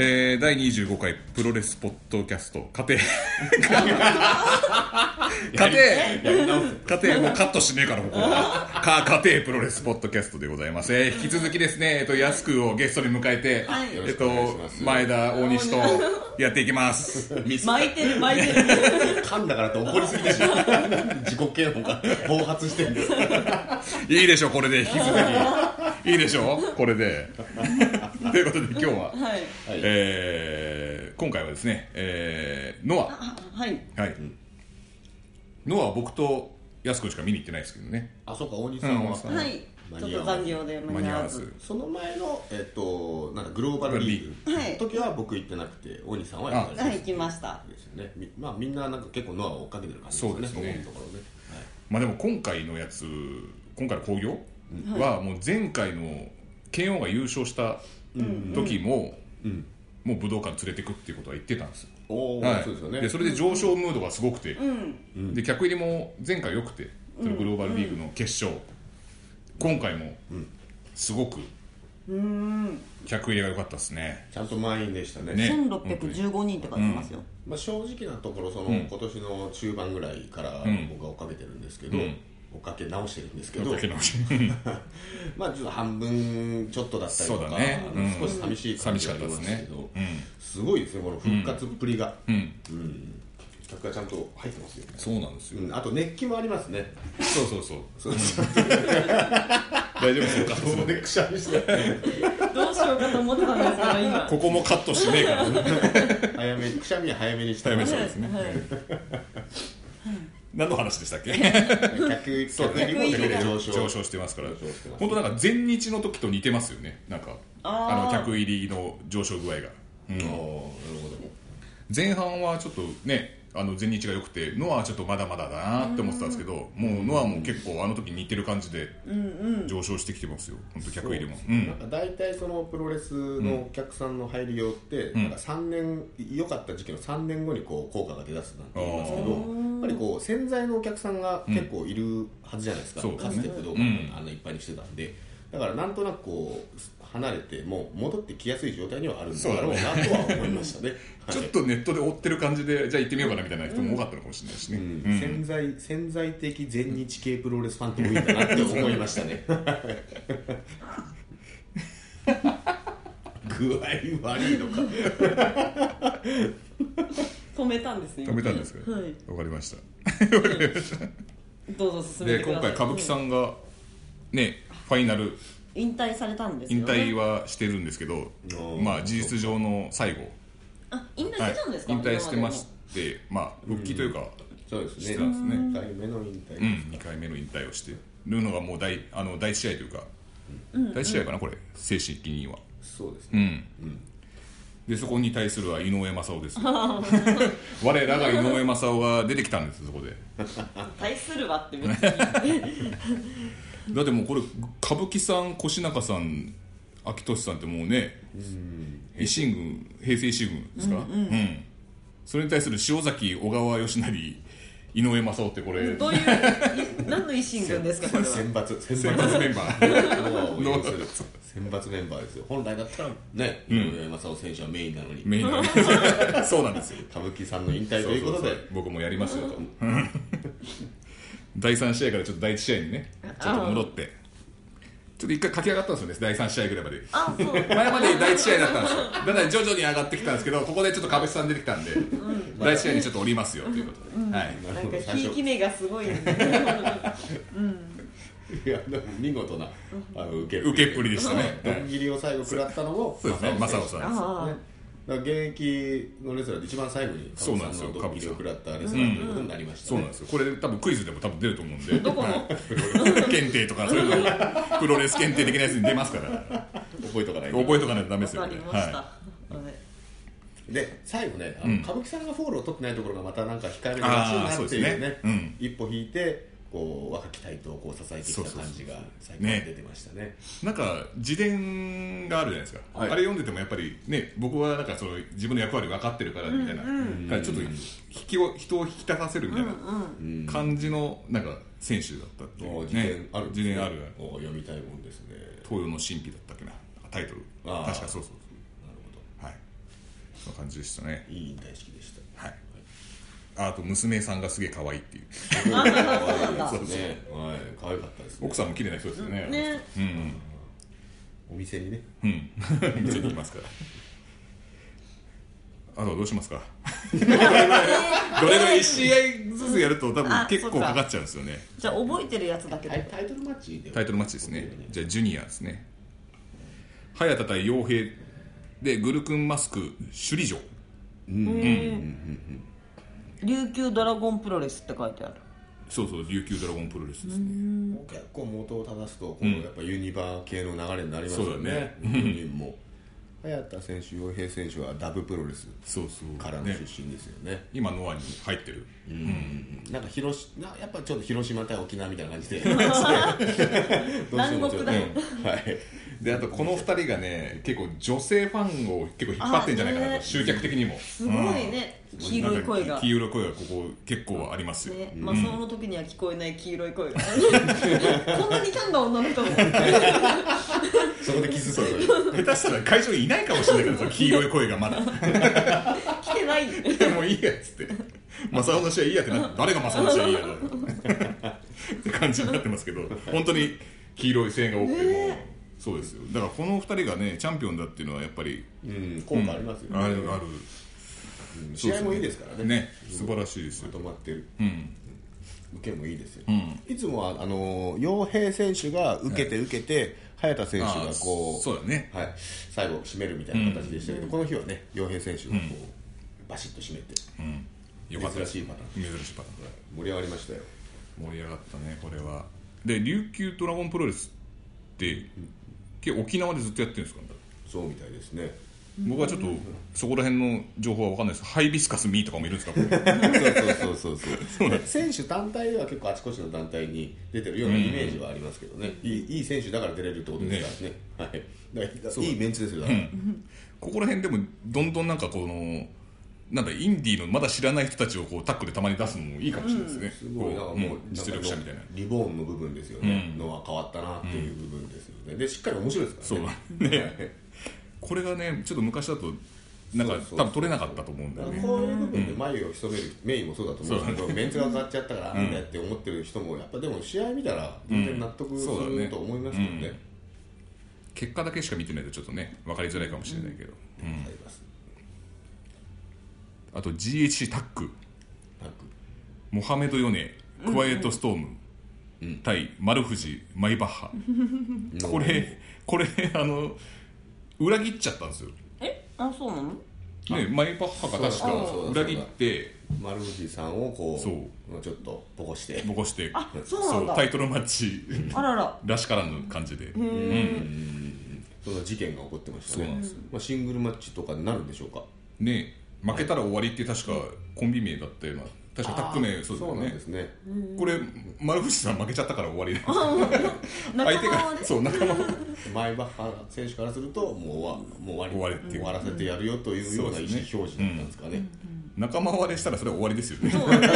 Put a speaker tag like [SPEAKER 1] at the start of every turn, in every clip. [SPEAKER 1] えー、第25回プロレスポッドキャスト家 庭家庭家庭もうカットしねえからここはか家庭プロレスポッドキャストでございます、えー、引き続きですね、えっと、安くをゲストに迎えて、
[SPEAKER 2] はい
[SPEAKER 1] えっ
[SPEAKER 3] よろしくお願いしま
[SPEAKER 1] と、
[SPEAKER 3] す
[SPEAKER 1] 前田大西とやっていきます
[SPEAKER 3] 水
[SPEAKER 2] 巻いて る巻いてる
[SPEAKER 3] 噛んだからって怒りすぎでしょ自己嫌悪が暴発してるんです
[SPEAKER 1] いいでしょこれで引き続きいいでしょこれ でということで今日は、
[SPEAKER 2] はい
[SPEAKER 3] はい
[SPEAKER 1] えー今回はですね、えーノア
[SPEAKER 2] あはい
[SPEAKER 1] はい、のは僕とやすくんしか見に行ってないですけどね
[SPEAKER 3] あそうか大西さんは、
[SPEAKER 1] うん
[SPEAKER 2] はい
[SPEAKER 3] 間
[SPEAKER 2] ちょっ
[SPEAKER 3] に合
[SPEAKER 2] と
[SPEAKER 3] わない
[SPEAKER 2] 残業で間
[SPEAKER 1] 間に
[SPEAKER 2] に
[SPEAKER 1] 合
[SPEAKER 2] 合
[SPEAKER 1] わ
[SPEAKER 2] わ
[SPEAKER 1] ず
[SPEAKER 2] ず
[SPEAKER 3] その前の、えっとなんかグローバルリーグ
[SPEAKER 2] はい
[SPEAKER 3] の時は僕行ってなくて大西さんはやって
[SPEAKER 2] はい行きました
[SPEAKER 3] ですよねみまあみんななんか結構ノアを追っかけてる感じ
[SPEAKER 1] そうですね
[SPEAKER 3] ここのところね、はい
[SPEAKER 1] まあでも今回のやつ今回の興行はもう前回の剣王が優勝した時も、
[SPEAKER 3] ん
[SPEAKER 1] もう武道館連れてくっていうことは言ってたんですよ、
[SPEAKER 3] おお、
[SPEAKER 1] はい、
[SPEAKER 3] そうですよね
[SPEAKER 1] それで上昇ムードがすごくて、
[SPEAKER 2] うん
[SPEAKER 1] で客入りも前回良くてそのグローバルリーグの決勝、今回もすごく
[SPEAKER 2] うん
[SPEAKER 1] 客入れが良かったですね
[SPEAKER 3] ちゃんと満員でしたね
[SPEAKER 1] ね
[SPEAKER 2] 1615人って書いてますよ
[SPEAKER 3] まあ、正直なところその、今年の中盤ぐらいから
[SPEAKER 1] ん
[SPEAKER 3] 僕は追っかけてるんですけど、
[SPEAKER 1] うん
[SPEAKER 3] 追っかけ直してるんで すけど、
[SPEAKER 1] お酒直し
[SPEAKER 3] まあちょっと半分ちょっとだったりとか
[SPEAKER 1] そうだね
[SPEAKER 3] あの
[SPEAKER 1] うん
[SPEAKER 3] 少し寂しい感
[SPEAKER 1] 寂
[SPEAKER 3] じ
[SPEAKER 1] し
[SPEAKER 3] が
[SPEAKER 1] か
[SPEAKER 3] あ
[SPEAKER 1] っ
[SPEAKER 3] り
[SPEAKER 1] たで
[SPEAKER 3] ますすけ
[SPEAKER 1] ね
[SPEAKER 3] ど、すごいですねこの復活っぷりが、
[SPEAKER 1] うん、うん、
[SPEAKER 3] 客がちゃんと入ってますよ、
[SPEAKER 1] そうなんですよ、
[SPEAKER 3] うん、あと熱気もありますね
[SPEAKER 1] そうそうそう大丈夫そうか
[SPEAKER 3] そうでくしゃみして
[SPEAKER 2] どうしようかと思ってたんですけど今
[SPEAKER 1] ここもカットしねえからね
[SPEAKER 3] 早めにくしゃみは早めにしたい
[SPEAKER 1] 早め
[SPEAKER 3] ま
[SPEAKER 1] に
[SPEAKER 3] す
[SPEAKER 1] そうですね
[SPEAKER 2] はい
[SPEAKER 1] 何の話でしたっけ
[SPEAKER 3] 客客入りも
[SPEAKER 2] 客入りが
[SPEAKER 3] 上昇
[SPEAKER 1] 上昇してますから
[SPEAKER 3] 上昇してます
[SPEAKER 1] 本当なんか前日の時と似てますよねなんかあ
[SPEAKER 2] あー
[SPEAKER 1] の客入りの上昇具合が
[SPEAKER 3] うんあーなるほど
[SPEAKER 1] 前半はちょっとねあの前日が良くてノアはちょっとまだまだだなって思ってたんですけどもうノアも結構あの時似てる感じで上昇してきてますよ本当客入りも
[SPEAKER 3] そううなん
[SPEAKER 1] ん
[SPEAKER 3] か大体そのプロレスのお客さんの入りようって、なんか3年良かった時期の3年後にこう効果が出だすなんて言いますけど
[SPEAKER 1] あ
[SPEAKER 3] やっぱりこう潜在のお客さんが結構いるはずじゃないですか、
[SPEAKER 1] そうです
[SPEAKER 3] か
[SPEAKER 1] ね
[SPEAKER 3] つて武道館
[SPEAKER 1] うん
[SPEAKER 3] あのいっぱいにしてたんで。だからなんとなくこう離れてもう戻ってきやすい状態にはあるんだろうなとは思いましたね はい
[SPEAKER 1] ちょっとネットで追ってる感じでじゃあ行ってみようかなみたいな人も多かったのかもしれないしね
[SPEAKER 3] うん潜在潜在的全日系プロレスファンって多いんだなって思いました ね具合悪いのか
[SPEAKER 2] 止めたんですね
[SPEAKER 1] 止めたんですけど、
[SPEAKER 2] は
[SPEAKER 1] わ
[SPEAKER 2] い
[SPEAKER 1] かりました
[SPEAKER 2] どうぞ進め
[SPEAKER 1] で
[SPEAKER 2] てくだ
[SPEAKER 1] 今
[SPEAKER 2] さい
[SPEAKER 1] 回歌舞伎さ
[SPEAKER 2] うん
[SPEAKER 1] んがねファイナル
[SPEAKER 2] 引退されたんですよ
[SPEAKER 1] 引
[SPEAKER 2] ね
[SPEAKER 1] 退はしてるんですけど
[SPEAKER 3] うん
[SPEAKER 1] まあ事実上の最後
[SPEAKER 2] あ引退し
[SPEAKER 1] は
[SPEAKER 2] て
[SPEAKER 1] い
[SPEAKER 2] たんですか
[SPEAKER 1] 引退してましてまあ復帰というか
[SPEAKER 3] そうですね
[SPEAKER 1] してたんですね
[SPEAKER 3] 2回目の引退、
[SPEAKER 1] うん2回目の引退をしてるのがもう大あの第1試合というか第1試合かなこれ正式には
[SPEAKER 3] そうです
[SPEAKER 1] う
[SPEAKER 3] ね、
[SPEAKER 1] んでそこに対するは井上雅雄です 我らが井上雅雄が出てきたんですそこで
[SPEAKER 2] 今までも対するわって別に
[SPEAKER 1] だってもうこれ歌舞伎さん越中さん明俊さんってもうね維新軍平成維新軍ですか、うんそれに対する塩崎小川義成井上雅雄ってこれ選
[SPEAKER 2] どういうい何の維新軍ですかこれは
[SPEAKER 3] 選 抜選
[SPEAKER 1] 抜
[SPEAKER 3] 抜
[SPEAKER 1] メンバー
[SPEAKER 3] ノアを擁する選抜メンバーですよ本来だったらね井上雅雄選手はメインなのに、
[SPEAKER 1] メインなんでそうなんですよ
[SPEAKER 3] 歌舞伎さんの引退ということで
[SPEAKER 1] そうそうそう僕もやりますよと第3試合からちょっと第1試合にねちょっと戻ってちょっと一回駆け上がったんですよね第3試合ぐらいまで
[SPEAKER 2] あそう
[SPEAKER 1] 前まで第1試合だったんですよだから徐々に上がってきたんですけどここでちょっと壁さん出てきたんで、第1試合にちょっと降りますよということで、はい
[SPEAKER 3] な
[SPEAKER 2] な
[SPEAKER 3] る
[SPEAKER 2] ん
[SPEAKER 3] ほ
[SPEAKER 2] か
[SPEAKER 3] ど最
[SPEAKER 2] ひい
[SPEAKER 3] 初
[SPEAKER 2] き目がすごいですね
[SPEAKER 3] いやでも見事なあの受け
[SPEAKER 1] 受けっぷりでしたね
[SPEAKER 3] ドン切りを最後食らったのも
[SPEAKER 1] そうですね正雄
[SPEAKER 3] ん
[SPEAKER 1] さんです
[SPEAKER 2] あ
[SPEAKER 3] だから現役のレスラーで一番最後に
[SPEAKER 1] そうなんですよ
[SPEAKER 3] 歌舞伎さんのドッキリを食らったレスラーということになりました
[SPEAKER 1] そう
[SPEAKER 3] ね、
[SPEAKER 1] なんですよこれ多分クイズでも多分出ると思うんで
[SPEAKER 2] どこの
[SPEAKER 1] 検定とかそういうのプロレス検定的なやつに出ますから
[SPEAKER 3] 覚えとかないと
[SPEAKER 1] 覚えとかないとダメですよ
[SPEAKER 2] あわか
[SPEAKER 1] ね
[SPEAKER 2] りました、
[SPEAKER 1] は
[SPEAKER 2] はい
[SPEAKER 3] で最後ねあの、歌舞伎さんがフォールを取ってないところがまたなんか控えめらしい
[SPEAKER 1] あーそ
[SPEAKER 3] な
[SPEAKER 1] う
[SPEAKER 3] っ
[SPEAKER 1] です
[SPEAKER 3] てい
[SPEAKER 1] ね
[SPEAKER 3] うね
[SPEAKER 1] うん
[SPEAKER 3] 一歩引いてこう若き台頭をこう支えてきた感じが最後に出てましたね
[SPEAKER 1] い、なんか自伝があるじゃないですか、
[SPEAKER 3] はい
[SPEAKER 1] あれ読んでてもやっぱりね僕はなんかその自分の役割分かってるからみたいな、だからちょっと引きを人を引き立たせるみたいな感じのなんか選手だったっていう、
[SPEAKER 3] お
[SPEAKER 1] ね、
[SPEAKER 3] 自伝あるんですね
[SPEAKER 1] 自伝ある
[SPEAKER 3] お読みたいもんですね
[SPEAKER 1] 東洋の神秘だったっけなタイトル
[SPEAKER 3] あー
[SPEAKER 1] 確かそうそう
[SPEAKER 3] なるほど
[SPEAKER 1] はいな感じでしたね
[SPEAKER 3] いい引退式でした
[SPEAKER 1] はいああと娘さんがすげえ可愛いっていう
[SPEAKER 2] あそうなんだ
[SPEAKER 3] そうですねはい可愛かったですね
[SPEAKER 1] 奥さんも綺麗な人ですよね
[SPEAKER 2] ね
[SPEAKER 1] うん
[SPEAKER 3] お店にね
[SPEAKER 1] うんうん見せにいますからあとはどうしますかどれぐらい1試合ずつやると多分結構かかっちゃうんですよね
[SPEAKER 2] じゃあ覚えてるやつだけ
[SPEAKER 3] タイ
[SPEAKER 2] で
[SPEAKER 3] タイトルマッチで
[SPEAKER 1] タイトルマッチですねじゃあジュニアですね早田対陽平でグルクンマスク首里城
[SPEAKER 2] 琉球ドラゴンプロレスって書いてある
[SPEAKER 1] そうそう琉球ドラゴンプロレスですね
[SPEAKER 3] 結構元を正すとこのやっぱユニバー系の流れになりますよ
[SPEAKER 1] そうだ
[SPEAKER 3] ね
[SPEAKER 1] ね
[SPEAKER 3] 日本人も早田選手洋平選手はダブプロレス
[SPEAKER 1] そうそう
[SPEAKER 3] からの
[SPEAKER 1] ね
[SPEAKER 3] 出身ですよね
[SPEAKER 1] 今ノアに入ってる
[SPEAKER 3] なんか広しなやっぱちょっと広島対沖縄みたいな感 じでどうしても
[SPEAKER 2] 南
[SPEAKER 3] ちょっ
[SPEAKER 2] 国
[SPEAKER 3] と
[SPEAKER 2] だ
[SPEAKER 3] う
[SPEAKER 2] よ
[SPEAKER 3] んはい
[SPEAKER 1] であとこの2人がね結構女性ファンを結構引っ張ってんじゃないかなと、
[SPEAKER 2] あね
[SPEAKER 1] 集客的にも
[SPEAKER 2] すごいね黄色い声が
[SPEAKER 1] 黄色い声がここ結構ありますよ、
[SPEAKER 2] ね、まあその時には聞こえない黄色い声がこんなにキャンだ女の人も
[SPEAKER 3] そこでキスする
[SPEAKER 1] 下手したら会場にいないかもしれないけどその黄色い声が まだ
[SPEAKER 2] 来 てない
[SPEAKER 1] もういいやっつって正雄の試合いいやってな って誰が正雄の試合いいやだよって感じになってますけど本当に黄色い声援が多くて、もうそうですよだからこの2人がねチャンピオンだっていうのはやっぱり
[SPEAKER 3] うん効果ありますよね
[SPEAKER 1] あるあ
[SPEAKER 3] うん
[SPEAKER 1] る
[SPEAKER 3] 試合もいいですからね
[SPEAKER 1] ね素晴らしいですよ
[SPEAKER 3] まとまってる
[SPEAKER 1] うん
[SPEAKER 3] 受けもいいですよ、
[SPEAKER 1] ん
[SPEAKER 3] いつもはあの洋平選手が受けて受けて、早田選手がこ
[SPEAKER 1] あ
[SPEAKER 3] う
[SPEAKER 1] そうだね
[SPEAKER 3] はい、最後締めるみたいな形でしたけど、この日はね洋平選手がこう、バシッと締めて、
[SPEAKER 1] よかった
[SPEAKER 3] 珍しいパター
[SPEAKER 1] 珍しいパターン
[SPEAKER 3] 盛り上がりましたよ
[SPEAKER 1] 盛り上がったねこれはで琉球ドラゴンプロレスって、け沖縄でずっとやってるんですか、
[SPEAKER 3] そうみたいですね
[SPEAKER 1] 僕はちょっとそこら辺の情報は分かんないですハイビスカスミーとかもいるんですかこ れ
[SPEAKER 3] そうそう そうそう選手単体では結構あちこちの団体に出てるようなイメージはありますけどね、いいいい選手だから出れるってことですからねはい、だからいいメンツですよだから、
[SPEAKER 1] ここら辺でもどんどんなんかこのなんだインディーのまだ知らない人たちをこうタックでたまに出すのもいいかもしれないです
[SPEAKER 3] す
[SPEAKER 1] ね、
[SPEAKER 3] ごいなんか
[SPEAKER 1] こう
[SPEAKER 3] もう、
[SPEAKER 1] うん実力者みたいな
[SPEAKER 3] リボーンの部分ですよね、のは変わったなっていう部分ですよねでしっかり面白いですからね
[SPEAKER 1] そうねこれがねちょっと昔だとなんか
[SPEAKER 3] そうそう
[SPEAKER 1] 多分取れなかったと思うんだ
[SPEAKER 3] だ
[SPEAKER 1] よ
[SPEAKER 3] か
[SPEAKER 1] ね
[SPEAKER 3] らこういう部分で眉を潜める、メインもそうだと思うんですけど、メンツが変わっちゃったからなんだよって思ってる人もやっぱでも試合見たら全然納得す
[SPEAKER 1] そうだね
[SPEAKER 3] ると思いますよね、
[SPEAKER 1] 結果だけしか見てないとちょっとね分かりづらいかもしれないけど、
[SPEAKER 3] あります
[SPEAKER 1] あと GHC タック
[SPEAKER 3] なんか
[SPEAKER 1] モハメド・ヨネクワイエット・ストーム、対丸藤マイバッハ、これこれあの裏切っちゃったんですよ、
[SPEAKER 2] えあそうなの
[SPEAKER 1] ね、マイバッハが確
[SPEAKER 3] そうだそうだそうだ
[SPEAKER 1] か裏切って
[SPEAKER 3] 丸藤さんをこ
[SPEAKER 1] そう
[SPEAKER 3] うまあちょっとぼこして
[SPEAKER 1] ぼこして
[SPEAKER 2] あそうなんだ
[SPEAKER 1] タイトルマッチ
[SPEAKER 2] あらら
[SPEAKER 1] らしからぬ感じで
[SPEAKER 3] その事件が起こってました
[SPEAKER 1] そうなん
[SPEAKER 3] ね
[SPEAKER 1] です
[SPEAKER 3] まあ、シングルマッチとかになるんでしょうか
[SPEAKER 1] ね負けたら終わりって確かコンビ名だったような確かタック名そうだ
[SPEAKER 3] そ
[SPEAKER 1] よ
[SPEAKER 3] うなん
[SPEAKER 1] ね
[SPEAKER 3] ですね
[SPEAKER 1] これ丸藤さん負けちゃったから終わり相
[SPEAKER 2] 仲
[SPEAKER 1] 手
[SPEAKER 2] 間はね
[SPEAKER 1] がそう仲間
[SPEAKER 3] マイバッハ選手からするともう終わもう終わり
[SPEAKER 1] 終わりっていう
[SPEAKER 3] 終わらせてやるよというような意思表示だったんですかね、
[SPEAKER 1] 仲間割れしたらそれは終わりですよね
[SPEAKER 2] そうだね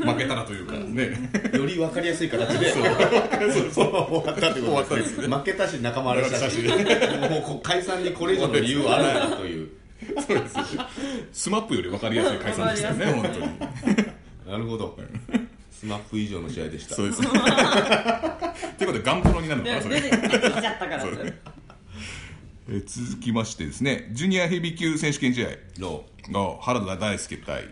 [SPEAKER 1] 負けたらというかね
[SPEAKER 3] より分かりやすい形で終わったってことですね負けたし仲間割れしたしもうこう解散にこれ以上の理由はないなという
[SPEAKER 1] そうですよスマップより分かりやすい解散でしたよね本当に
[SPEAKER 3] なるほどスマップ以上の試合でした
[SPEAKER 1] そうですということでガンプロになるのかなそれ
[SPEAKER 2] 出てきちゃったから
[SPEAKER 1] そうだねえー続きましてですねジュニアヘビー級選手権試合
[SPEAKER 3] の
[SPEAKER 1] が原田大輔対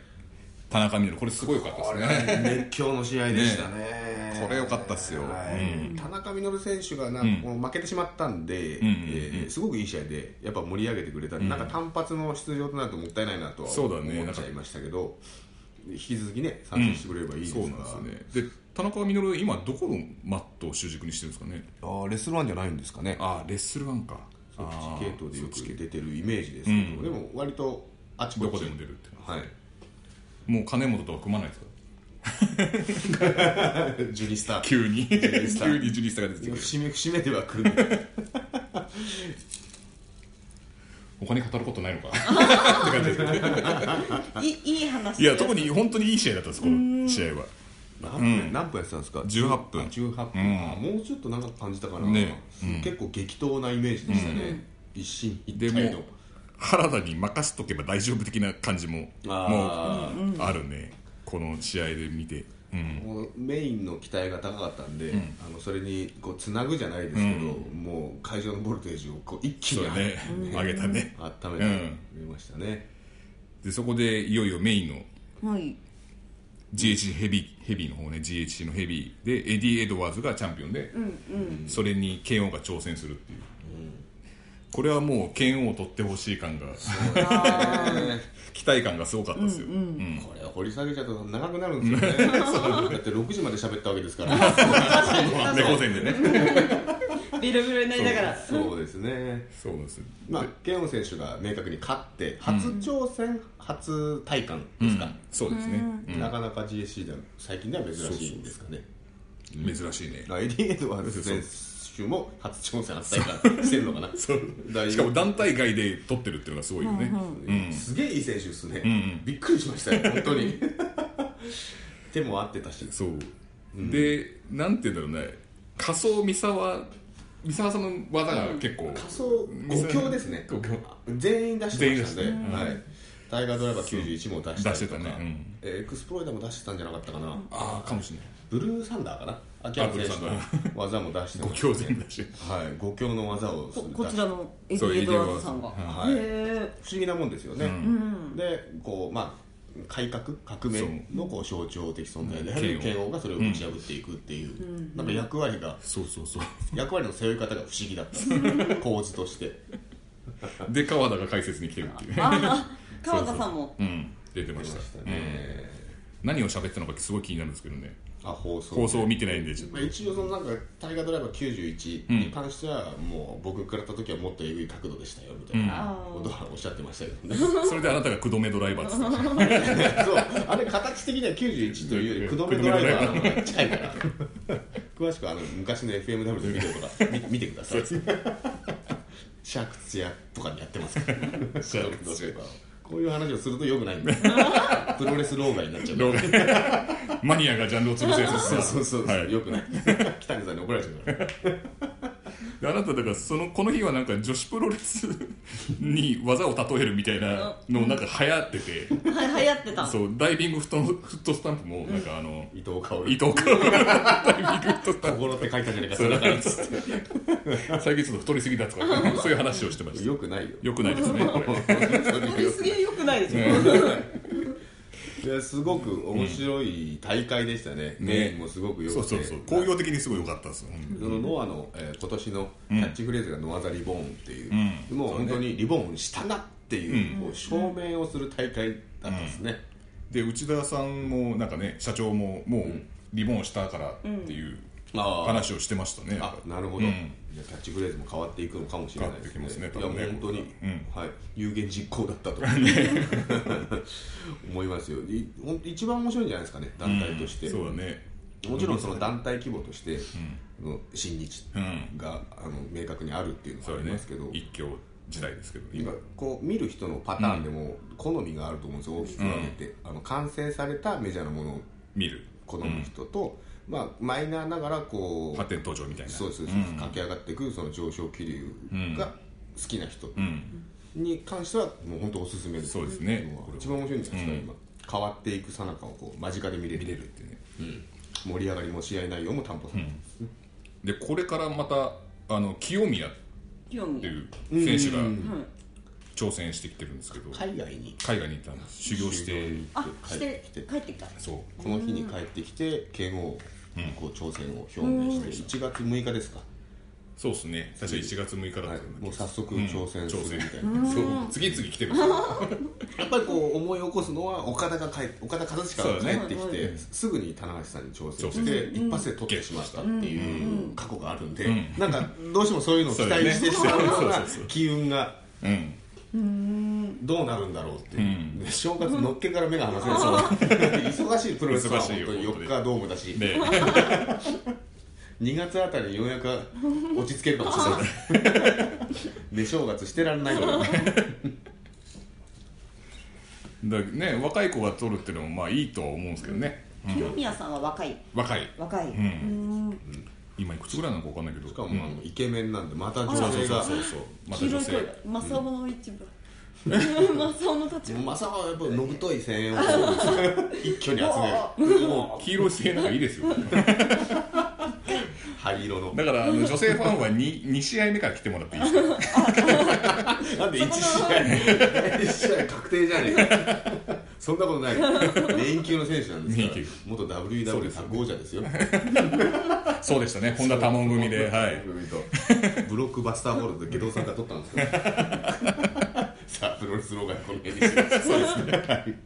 [SPEAKER 1] 田中みな実これすごい良かったですね
[SPEAKER 3] 熱狂の試合でしたね
[SPEAKER 1] これ良かったっすよ
[SPEAKER 3] はい田中稔選手がなんかこう負けてしまったんで、
[SPEAKER 1] んうん
[SPEAKER 3] えーすごくいい試合でやっぱ盛り上げてくれたんで、なんか単発の出場となるともったいないなとは
[SPEAKER 1] そうだね
[SPEAKER 3] 思っちゃいましたけど、引き続きね参戦してくれればいいです
[SPEAKER 1] そう
[SPEAKER 3] から、
[SPEAKER 1] なんですよねで田中みな実今どこのマットを主軸にしてるんですかね
[SPEAKER 3] あーレストランじゃないんですかね
[SPEAKER 1] ああレッスルワンか
[SPEAKER 3] そっち
[SPEAKER 1] あー
[SPEAKER 3] 系統でよく
[SPEAKER 1] そっち系
[SPEAKER 3] 出てるイメージですけど、でも割とあちこち
[SPEAKER 1] どこでも出るって
[SPEAKER 3] はい
[SPEAKER 1] もう金本とは組まないですか
[SPEAKER 3] ジュニスター
[SPEAKER 1] 急に急
[SPEAKER 3] ュニスタ
[SPEAKER 1] にジュニスタが出てきて
[SPEAKER 3] 節目節目では来る んだ
[SPEAKER 1] 他に語ることないのかって感じですけどね
[SPEAKER 2] いいい話
[SPEAKER 1] いや特に本当にいい試合だったんですこの試合は
[SPEAKER 3] 何分,、何分やってたんですか
[SPEAKER 1] 18分
[SPEAKER 3] あ18分、あもうちょっと長く感じたかな、
[SPEAKER 1] ね
[SPEAKER 3] 結構激闘なイメージでしたね、一進一
[SPEAKER 1] で
[SPEAKER 3] 退の
[SPEAKER 1] も原田に任せとけば大丈夫的な感じももう
[SPEAKER 3] あ
[SPEAKER 1] あるねこの試合で見て、うん、
[SPEAKER 3] もうメインの期待が高かったんで、あのそれにこうつなぐじゃないですけど、もう会場のボルテージをこう一気
[SPEAKER 1] そう
[SPEAKER 3] に
[SPEAKER 1] だね上げたね
[SPEAKER 3] 温めてくれましたね、
[SPEAKER 1] でそこでいよいよメインの
[SPEAKER 2] はい。
[SPEAKER 1] GHC ヘビーヘビーの方ね GHC のヘビーでエディ・エドワーズがチャンピオンで、それに KO が挑戦するっていう、これはもう KO を取ってほしい感が 期待感がすごかったですよ、うん
[SPEAKER 3] これを掘り下げちゃうと長くなるんです よねだって6時まで喋ったわけですから
[SPEAKER 1] 猫戦でね
[SPEAKER 2] ベロベロになりながら。
[SPEAKER 3] そうですね
[SPEAKER 1] そうなんですよ
[SPEAKER 3] まあ、ケンオン選手が明確に勝って初挑戦、初体感ですか、
[SPEAKER 1] そうですね、
[SPEAKER 3] なかなか GSC では最近では珍しいんですかね
[SPEAKER 1] うん珍しいね
[SPEAKER 3] まあエディ・エドワーズ選手も初挑戦初体感してるの かな
[SPEAKER 1] しかも団体外で取ってるっていうのがすごいよね、
[SPEAKER 3] すげえいい選手ですね、びっくりしましたよ本当に 手も合ってたし
[SPEAKER 1] そう、でなんて言うんだろうね仮想三沢三沢さんの技が結構、
[SPEAKER 3] 仮想5強ですね
[SPEAKER 1] 五強
[SPEAKER 3] 全員出してました
[SPEAKER 1] 全
[SPEAKER 3] ね、
[SPEAKER 1] 員出してた
[SPEAKER 3] はい、タイガードライバー91も出したりとか
[SPEAKER 1] 出してたねうん
[SPEAKER 3] えーエクスプロイダーも出してたんじゃなかったかな、
[SPEAKER 1] ああかもしれない
[SPEAKER 3] ブルーサンダーかな秋山選手の技も出して
[SPEAKER 1] 五
[SPEAKER 3] ま
[SPEAKER 1] 強全だし
[SPEAKER 3] はい、5強の技を
[SPEAKER 2] ここちらのエデ
[SPEAKER 1] そう
[SPEAKER 2] ィ・エドワーズさんが。
[SPEAKER 3] はい
[SPEAKER 2] へ
[SPEAKER 3] 不思議なもんですよね、でこうまあ改革革命のこう象徴的存在であ
[SPEAKER 1] うん
[SPEAKER 3] る
[SPEAKER 1] 慶
[SPEAKER 3] 慶
[SPEAKER 1] 応
[SPEAKER 3] 応がそれを打ち破っていくっていう、なんか役割が
[SPEAKER 1] そうそうそう
[SPEAKER 3] 役割の背負い方が不思議だった構図として
[SPEAKER 1] で川田が解説に来てるっていう
[SPEAKER 2] え。ああ、川田さんも。
[SPEAKER 1] うん出てました
[SPEAKER 3] ね、
[SPEAKER 1] 何を喋ったのかすごい気になるんですけどね
[SPEAKER 3] あ放送
[SPEAKER 1] 放送を見てないんでちょっ
[SPEAKER 3] まあ、一応そのなんか大河ドライバー91に関してはもう僕食らった時はもっとえぐい角度でしたよみたいなことはおっしゃってましたけどね、
[SPEAKER 1] とそれであなたが九度目ドライバーって言ってた
[SPEAKER 3] そうあれ形的には91というよりくどめドライバーの方が近いから詳しくはあの昔の FMW のビデオとか見見てくださいシャークツヤとかにやってますからシャークツヤこういう話をするとよくないんでプロレス老害になっちゃう
[SPEAKER 1] 老眼マニアがジャンルを潰すやつです
[SPEAKER 3] そうそうそう、
[SPEAKER 1] はい
[SPEAKER 3] よくない北口さんに怒られちゃうから
[SPEAKER 1] であなただからそのこの日はなんか女子プロレスに技を例えるみたいなのなんか流行ってて
[SPEAKER 2] はい、流行ってた。
[SPEAKER 1] そうダイビングフットフットスタンプもなんかあの
[SPEAKER 3] 伊藤薫
[SPEAKER 1] 伊藤君ダ イビングフットスタン
[SPEAKER 3] 心って書いたじゃないか
[SPEAKER 1] プ
[SPEAKER 3] それだから
[SPEAKER 1] 最近ちょっと太りすぎだとかそういう話をしてました
[SPEAKER 3] よくないよ
[SPEAKER 1] よくないですねこれ
[SPEAKER 2] これすげえ良くないですよ。
[SPEAKER 3] いやすごく面白い大会でしたね、
[SPEAKER 1] ん
[SPEAKER 3] メインもすごくよく
[SPEAKER 1] そ
[SPEAKER 3] て
[SPEAKER 1] うそうそう工業的にすごい良かったですよ、うん
[SPEAKER 3] そのノアの、えー今年のキャッチフレーズが「ノア・ザ・リボーン」っていう、もう本当にリボーンしたなっていう,、こう証明をする大会だったんですね、
[SPEAKER 1] で内田さんもなんかね社長ももうリボンしたからっていう
[SPEAKER 3] あー
[SPEAKER 1] 話をしてましたね、やっ
[SPEAKER 3] あ
[SPEAKER 1] ぱり
[SPEAKER 3] なるほど、じゃあキャッチフレーズも変わっていくのかもしれないです
[SPEAKER 1] 変わってきますね
[SPEAKER 3] い
[SPEAKER 1] 多分ね
[SPEAKER 3] や本当に、はい、有言実行だった と 思いますよいほん一番面白いんじゃないですかね団体として、
[SPEAKER 1] そうだね
[SPEAKER 3] もちろんその団体規模として、の新日
[SPEAKER 1] うん
[SPEAKER 3] が、あの明確にあるっていうの
[SPEAKER 1] そ
[SPEAKER 3] があ
[SPEAKER 1] れ
[SPEAKER 3] り
[SPEAKER 1] ね
[SPEAKER 3] ますけど、
[SPEAKER 1] 一強時代ですけど
[SPEAKER 3] 今
[SPEAKER 1] 今
[SPEAKER 3] こう見る人のパターンでも好みがあると思うんですよ大きく分けて、あの完成されたメジャーなものを
[SPEAKER 1] 見る
[SPEAKER 3] 好む人と、まあ、マイナーながらこ
[SPEAKER 1] 発
[SPEAKER 3] う
[SPEAKER 1] 展登場みたいな
[SPEAKER 3] そうです、駆け上がっていくその上昇気流が好きな人
[SPEAKER 1] うん
[SPEAKER 3] に関してはもう本当おすすめです
[SPEAKER 1] そうですね
[SPEAKER 3] もう一番面白いんじゃないですか、今変わっていくさなかをこう間近で見れる
[SPEAKER 1] 見れるってね
[SPEAKER 3] 盛り上がりも試合内容も担保されてます、
[SPEAKER 1] でこれからまたあの清宮っ
[SPEAKER 2] 興味
[SPEAKER 1] ていう選手が
[SPEAKER 2] はい
[SPEAKER 1] 挑戦してきてるんですけど
[SPEAKER 3] 海外に
[SPEAKER 1] 海外に行ったんです修行して
[SPEAKER 2] あ、
[SPEAKER 3] 帰っ
[SPEAKER 2] し
[SPEAKER 3] て
[SPEAKER 2] て
[SPEAKER 3] きて、
[SPEAKER 2] 帰ってきた。
[SPEAKER 1] そう
[SPEAKER 3] この日に帰ってきて剣王こう挑戦を表明して1月6日ですか、
[SPEAKER 1] そうですね確か1月6日だった
[SPEAKER 3] は
[SPEAKER 1] よ
[SPEAKER 3] い
[SPEAKER 1] ね、
[SPEAKER 3] もう早速挑戦するみたいな、
[SPEAKER 1] そう次々来てるんですよ
[SPEAKER 3] やっぱりこう思い起こすのは岡田が帰岡田和親が帰ってき
[SPEAKER 2] そうだね
[SPEAKER 3] て、すぐに棚橋さんに挑戦
[SPEAKER 1] 挑戦し
[SPEAKER 3] し
[SPEAKER 1] て
[SPEAKER 3] て、一発で取ってしまったっていう過去があるんで、
[SPEAKER 1] ん
[SPEAKER 3] なんかどうしてもそういうのを期待してしまうよ
[SPEAKER 1] そう
[SPEAKER 3] う
[SPEAKER 1] だ
[SPEAKER 3] な
[SPEAKER 1] ねそうそうそう
[SPEAKER 3] 機運が
[SPEAKER 1] うん
[SPEAKER 3] どうなるんだろうっていう、で正月のっけから目が離せないそう 忙しいプロレスは
[SPEAKER 1] 忙し
[SPEAKER 3] 本
[SPEAKER 1] いよ
[SPEAKER 3] 当に4日ドームだし、
[SPEAKER 1] で
[SPEAKER 3] 2月あたりにようやく落ち着けるかもしれない で正月してらんないから
[SPEAKER 1] だね若い子が取るっていうのもまあいいとは思うんですけどね
[SPEAKER 2] 清宮さんは若い。
[SPEAKER 1] 若い
[SPEAKER 2] 若い。う
[SPEAKER 1] うん
[SPEAKER 2] ん
[SPEAKER 1] 今いくつぐらいなのか分かんないけど
[SPEAKER 3] しかもあのイケメンなんでまた女
[SPEAKER 1] そうそう
[SPEAKER 3] 性
[SPEAKER 1] そ
[SPEAKER 3] が
[SPEAKER 1] うそうそうまた
[SPEAKER 2] 黄
[SPEAKER 1] 女性
[SPEAKER 2] 色い声が。マサオの一部。マサオの立場
[SPEAKER 3] マサはやっぱのぶとい声援を一挙に集めるも
[SPEAKER 1] 黄色い声なんかいいですよ
[SPEAKER 3] う灰色の
[SPEAKER 1] だからあの女性ファンは 2, 2試合目から来てもらっていいです か
[SPEAKER 3] なんで1試合1試合確定じゃねえかそんなことないメイン級の選手なんです
[SPEAKER 1] メ
[SPEAKER 3] か
[SPEAKER 1] イン
[SPEAKER 3] ら
[SPEAKER 1] 級
[SPEAKER 3] 元 WW サ王者ですよ
[SPEAKER 1] そうでしたね本田多門組ではい
[SPEAKER 3] 本田多門組とブロックバスターボールで下道さんが取ったん ですけどさあプロレスローガンこの辺にしますそうですね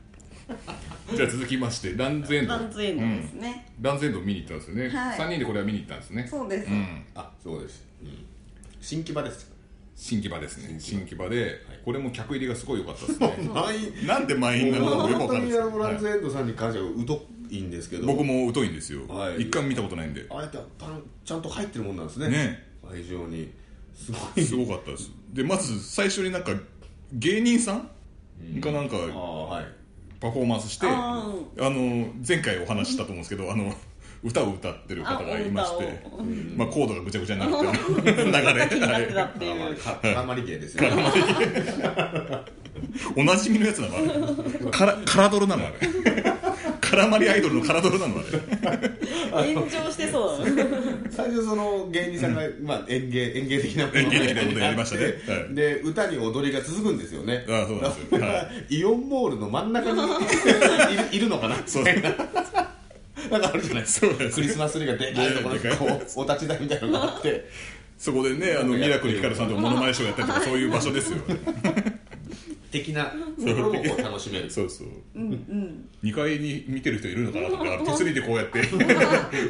[SPEAKER 1] じゃあ続きましてランズエンド
[SPEAKER 2] ランズエンドですね、
[SPEAKER 1] ランズエンド見に行ったんですよね、
[SPEAKER 2] はい
[SPEAKER 1] 3人でこれは見に行ったんですね
[SPEAKER 2] そうです、
[SPEAKER 1] うん、
[SPEAKER 3] あそうです、うん、新木場です
[SPEAKER 1] 新木場ですね新木場で、
[SPEAKER 3] い
[SPEAKER 1] これも客入りがすごい良かったです ね
[SPEAKER 3] 満員
[SPEAKER 1] なんで満員なのかもよくわ
[SPEAKER 3] 本
[SPEAKER 1] か
[SPEAKER 3] 当
[SPEAKER 1] んない
[SPEAKER 3] に
[SPEAKER 1] です
[SPEAKER 3] あのラン
[SPEAKER 1] は
[SPEAKER 3] ズエンドさんに関しては疎いんですけど
[SPEAKER 1] い僕も疎いんですよ、
[SPEAKER 3] はい
[SPEAKER 1] 一回も見たことないんで
[SPEAKER 3] あれってパンちゃんと入ってるもんなんですね
[SPEAKER 1] ね
[SPEAKER 3] 会場にすごい
[SPEAKER 1] すごかったですでまず最初になんか芸人さんがなんか
[SPEAKER 3] ああはい
[SPEAKER 1] パフォーマンスして、
[SPEAKER 2] あ
[SPEAKER 1] あの前回お話ししたと思うんですけどあの歌を歌ってる方がいまして
[SPEAKER 2] あお、
[SPEAKER 1] まあ、コードがぐちゃぐちゃになってる 流れ、は
[SPEAKER 2] 楽だっ
[SPEAKER 1] い、
[SPEAKER 2] ていう
[SPEAKER 3] か絡まり 芸ですよね
[SPEAKER 1] おなじみのやつなのあれからカラドルなのあれ絡まりアイドルのカラドルなのあれ
[SPEAKER 2] 炎上してそうだな
[SPEAKER 3] 最初その芸人さんが、まあ、演芸演芸的なもの
[SPEAKER 1] 演芸的なことやりましたね
[SPEAKER 3] やって
[SPEAKER 1] はい
[SPEAKER 3] で歌に踊りが続くんですよね
[SPEAKER 1] ああそうなんですよ
[SPEAKER 3] だから
[SPEAKER 1] は
[SPEAKER 3] イオンモールの真ん中にいいるのかな
[SPEAKER 1] そう
[SPEAKER 3] なんかあるじゃないです
[SPEAKER 1] そうで
[SPEAKER 3] か
[SPEAKER 1] す
[SPEAKER 3] クリスマスツリーがでかいところに
[SPEAKER 1] でかい
[SPEAKER 3] こうお立ち台みたいなのがあって
[SPEAKER 1] そこでねあのミラクルヒカルさんとモノマネショーやったりとかそういう場所ですよ
[SPEAKER 3] 的なところもこう楽しめる
[SPEAKER 1] そうそう、2階に見てる人いるのかなとか手すりでこうやって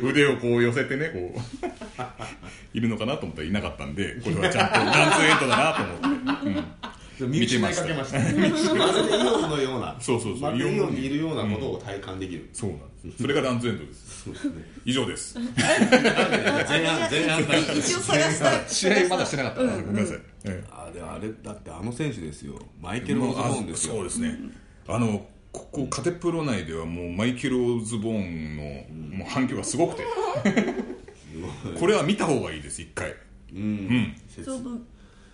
[SPEAKER 1] 腕をこう寄せてねこう いるのかなと思ったらいなかったんでこれはちゃんとダンスエイトだなと思って
[SPEAKER 3] 身内にかけましたまるでイオンのような
[SPEAKER 1] そうそうそう
[SPEAKER 3] まるでイオンにいるようなことを体感できる、
[SPEAKER 1] そうなんですそれがダンスエンドです
[SPEAKER 3] そうですね
[SPEAKER 1] 以上です
[SPEAKER 3] 前半前半だ
[SPEAKER 2] 一応探した
[SPEAKER 1] 試合まだしてなかったからごめんなさい、え
[SPEAKER 3] あでもあれだってあの選手ですよマイ
[SPEAKER 1] え
[SPEAKER 3] ケル・オズボーンです
[SPEAKER 1] そう
[SPEAKER 3] よ
[SPEAKER 1] ですねあのここカテプロ内ではもうマイケル・オズボーンのもう反響がすごくて これは見た方がいいです一回
[SPEAKER 3] うん、
[SPEAKER 2] ちょうど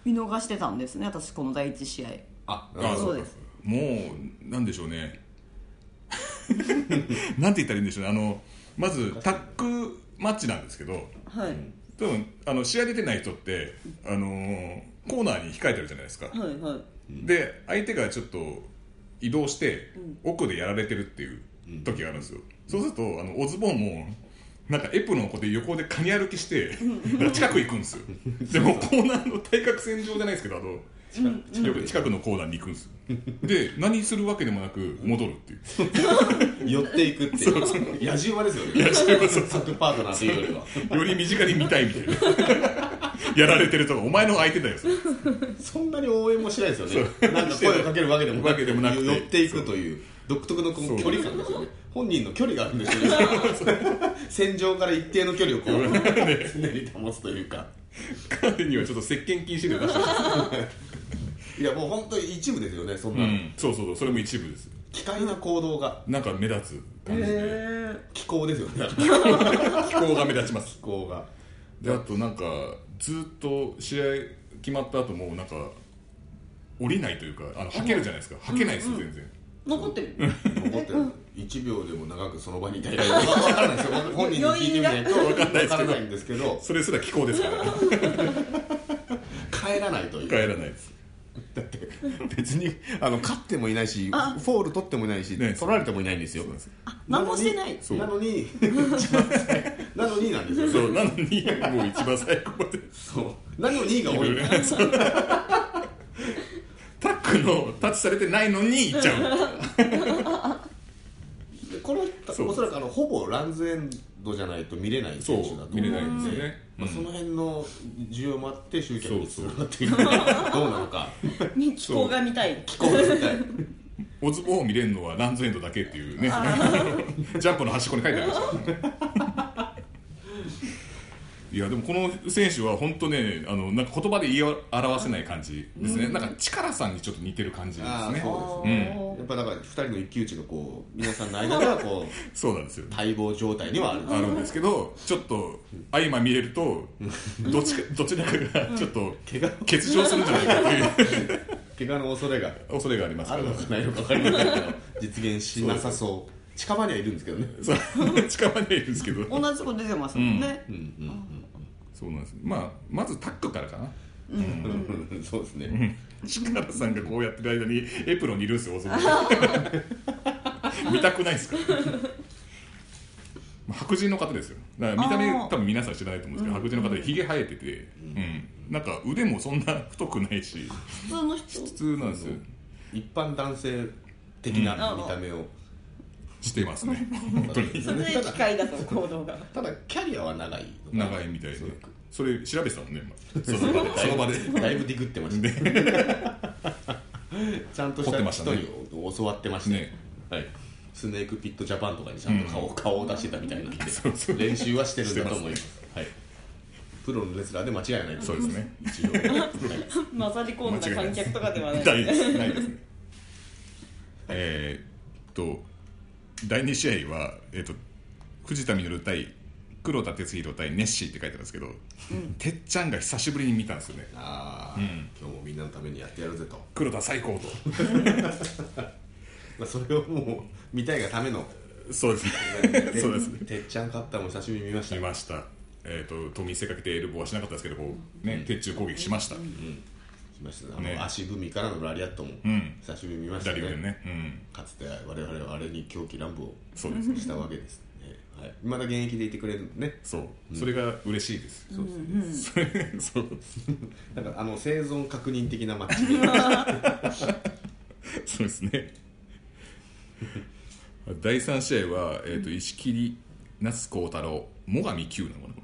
[SPEAKER 2] 見逃してたんですね私この第一試合
[SPEAKER 3] あ
[SPEAKER 1] あ
[SPEAKER 2] そうです
[SPEAKER 1] もうなんでしょうね なんて言ったらいいんでしょうねあのまずタックマッチなんですけど
[SPEAKER 2] はい、
[SPEAKER 1] 多分あの試合出てない人って、あのーコーナーに控えてるじゃないですか、
[SPEAKER 2] はいはい
[SPEAKER 1] で相手がちょっと移動して、奥でやられてるっていう時があるんですよ、そうするとあのオズボーンもなんかエプロンをこうやって横でカニ歩きして近く行くんですよでもコーナーの対角線上じゃないですけどあのよく近くのコーナーに行くんですで何するわけでもなく戻るっていう
[SPEAKER 3] 寄っていくっていう野獣馬ですよね野獣馬サクパートナーというよりは
[SPEAKER 1] より身近に見たいみたいな やられてるとかお前の相手だよそれ
[SPEAKER 3] そんなに応援もしないですよねなんか声をかけるわけでも
[SPEAKER 1] わけでもなくて
[SPEAKER 3] 寄っていくという独特のこ
[SPEAKER 1] そう
[SPEAKER 3] の距離感ですよね本人の距離があるんですよね戦場から一定の距離をこう常に保つというか
[SPEAKER 1] 彼にはちょっと石鹸禁止令を出してます、
[SPEAKER 3] いやもう本当に一部ですよねそん
[SPEAKER 1] う
[SPEAKER 3] なの
[SPEAKER 1] ん、そうそうそうそれも一部です
[SPEAKER 3] 機械な行動が
[SPEAKER 1] なんか目立つ感じで
[SPEAKER 3] 気候ですよね
[SPEAKER 1] 気候が目立ちます
[SPEAKER 3] 気候が
[SPEAKER 1] であとなんかずっと試合決まった後もなんか降りないというかあの吐けるじゃないですか吐けないですよ全然
[SPEAKER 2] 残ってる
[SPEAKER 3] 残ってる1秒でも長くその場にいたいわからないですよ本人に聞いてみないと分
[SPEAKER 1] かんないですけど
[SPEAKER 3] からないんですけど
[SPEAKER 1] それすら気候ですから
[SPEAKER 3] 帰らないという
[SPEAKER 1] 帰らないです
[SPEAKER 3] 別にあの勝ってもいないしフォール取ってもいないし
[SPEAKER 1] ね
[SPEAKER 3] 取られてもいないんですよ
[SPEAKER 2] 何もしてない
[SPEAKER 3] なのに なのになんですよ
[SPEAKER 1] そうなのにもう一番最後まで
[SPEAKER 3] そうなのにが多い
[SPEAKER 1] そうタックのタッチされてないのに行っちゃう
[SPEAKER 3] これは
[SPEAKER 1] そう
[SPEAKER 3] おそらくあのほぼランズエンドじゃないと見れない選手だと思う
[SPEAKER 1] 見れないんですよね
[SPEAKER 3] まあその辺の需要もあって集客につ
[SPEAKER 1] そうそう
[SPEAKER 3] ながってい くどうなのか
[SPEAKER 2] 気候が見たい
[SPEAKER 3] 気候が絶対
[SPEAKER 1] オズボーンを見れるのはランズエンドだけっていうね ジャンプの端っこに書いてありました いやでもこの選手は本当ねあのなんか言葉で言い表せない感じですね、なんか力さんにちょっと似てる感じです
[SPEAKER 3] ああ
[SPEAKER 1] ね
[SPEAKER 3] そう
[SPEAKER 2] う
[SPEAKER 3] ですね
[SPEAKER 2] ん
[SPEAKER 3] やっぱだから2人の一騎打ちがこう皆さんの間ではこう
[SPEAKER 1] そうなんですよ
[SPEAKER 3] 待望状態にはある
[SPEAKER 1] あるんですけどちょっと相ま見れる とどっちかどちらかがちょっと
[SPEAKER 3] 怪我
[SPEAKER 1] 欠場するんじゃないかという
[SPEAKER 3] 怪我の恐れが
[SPEAKER 1] 恐れがあります
[SPEAKER 3] あ
[SPEAKER 1] か
[SPEAKER 3] る
[SPEAKER 1] ら
[SPEAKER 3] のかないのか分かりませんけど実現しなさそう近場にはいるんですけどね
[SPEAKER 1] そう 近場にはいるんですけど
[SPEAKER 2] 同じとこ出てますもんね、
[SPEAKER 1] そうなんですまあまずタックからかな
[SPEAKER 3] そうですね
[SPEAKER 1] シカラさんがこうやってる間にエプロンにいるんですよ そこに見たくないですか まあ白人の方ですよだから見た目
[SPEAKER 2] あー
[SPEAKER 1] 多分皆さん知らないと思うんですけど白人の方でひげ生えてて、うんなんか腕もそんな太くないし
[SPEAKER 2] 普通の人
[SPEAKER 1] 普通なんですよ
[SPEAKER 3] 一般男性的な見た目を
[SPEAKER 1] してます ね本当に
[SPEAKER 2] それで機械だと行動が
[SPEAKER 3] ただキャリアは長いのかな
[SPEAKER 1] 長いみたいでそれ調べてたもんね今そ
[SPEAKER 3] その
[SPEAKER 1] の
[SPEAKER 3] 場
[SPEAKER 1] 場
[SPEAKER 3] で
[SPEAKER 1] でその場 で
[SPEAKER 3] だいぶディグってました ちゃんとし
[SPEAKER 1] 凝って
[SPEAKER 3] た
[SPEAKER 1] ました
[SPEAKER 3] 人
[SPEAKER 1] ね
[SPEAKER 3] に教わってました
[SPEAKER 1] ね
[SPEAKER 3] はいスネークピットジャパンとかにちゃんと顔,、顔を出してたみたいなんで
[SPEAKER 1] そうそう
[SPEAKER 3] 練習はしてるんだと
[SPEAKER 1] して
[SPEAKER 3] 思
[SPEAKER 1] ま
[SPEAKER 3] いますはい、プロのレスラーで間違いないと
[SPEAKER 1] そうですね
[SPEAKER 3] 一応 はい
[SPEAKER 2] 混ざり込んだ観客とかではない
[SPEAKER 1] ないですないですねえーっと第2試合は、えーっと藤田実対黒田哲弘対ネッシーって書いてあるんですけど、てっちゃんが久しぶりに見たんですよね
[SPEAKER 3] ああ、今日もみんなのためにやってやるぜと、
[SPEAKER 1] 黒田最高と
[SPEAKER 3] まあ、それをもう見たいがための
[SPEAKER 1] そうですね そうですね
[SPEAKER 3] てっちゃん勝ったのも久しぶりに見ました
[SPEAKER 1] 見ましたえーっと見せかけてエルボーはしなかったですけどこうね鉄柱攻撃しました、
[SPEAKER 3] 見ましたねあの
[SPEAKER 1] ね
[SPEAKER 3] 足踏みからのラリアットも
[SPEAKER 1] ん
[SPEAKER 3] 久しぶりに見ました
[SPEAKER 1] 左
[SPEAKER 3] ね,、
[SPEAKER 1] 腕ね、うん、
[SPEAKER 3] かつて我々はあれに狂気乱舞を
[SPEAKER 1] そうですね
[SPEAKER 3] したわけですね、はい、まだ現役でいてくれるのね
[SPEAKER 1] そう、それが嬉しいですそうですねそう
[SPEAKER 3] なんかあの生存確認的なマッチで
[SPEAKER 1] そうですね第3試合は、えー、と石切那須幸太郎最上級なのかなこ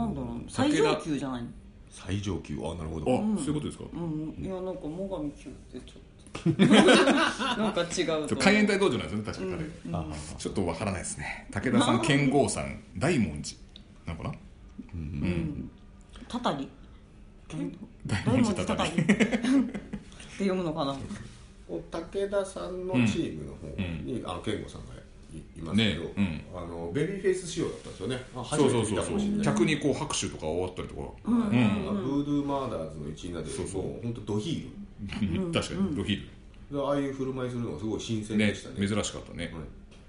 [SPEAKER 2] なんだろう最上級じゃない
[SPEAKER 3] 最上級あなるほ
[SPEAKER 1] れあ、
[SPEAKER 3] ど
[SPEAKER 1] そういうことですか、
[SPEAKER 2] うんいやなんか最上級ってちょ っとなんか違うと思
[SPEAKER 1] ち
[SPEAKER 2] う
[SPEAKER 1] ょ海援隊道場なんですよね確か彼、
[SPEAKER 3] あ
[SPEAKER 1] ちょっとわからないですね武田さん剣豪さん大文字なのかな
[SPEAKER 2] たたり
[SPEAKER 1] 大
[SPEAKER 2] 大
[SPEAKER 1] 文
[SPEAKER 2] 文
[SPEAKER 1] 字
[SPEAKER 2] 字た
[SPEAKER 1] たた
[SPEAKER 2] たり
[SPEAKER 1] り
[SPEAKER 2] って読むのかな
[SPEAKER 3] お武田さんのチームの方に、あの健吾さんがいいますけど、
[SPEAKER 1] ねうん
[SPEAKER 3] あのベビーフェイス仕様だったんですよねあ初
[SPEAKER 1] そう
[SPEAKER 3] め
[SPEAKER 1] そ
[SPEAKER 3] て
[SPEAKER 1] うそ
[SPEAKER 3] 見た
[SPEAKER 1] う
[SPEAKER 3] か
[SPEAKER 1] そ
[SPEAKER 3] もしれな
[SPEAKER 1] う
[SPEAKER 3] い
[SPEAKER 1] 客にこう拍手とか終わったりとか、
[SPEAKER 3] あのブードゥーマーダーズの一員なんでもう本当ドヒ
[SPEAKER 1] 確かにドヒー
[SPEAKER 3] ールでああいう振る舞いするのがすごい新鮮
[SPEAKER 1] ル、ね
[SPEAKER 3] でしたね
[SPEAKER 1] 珍しかったね、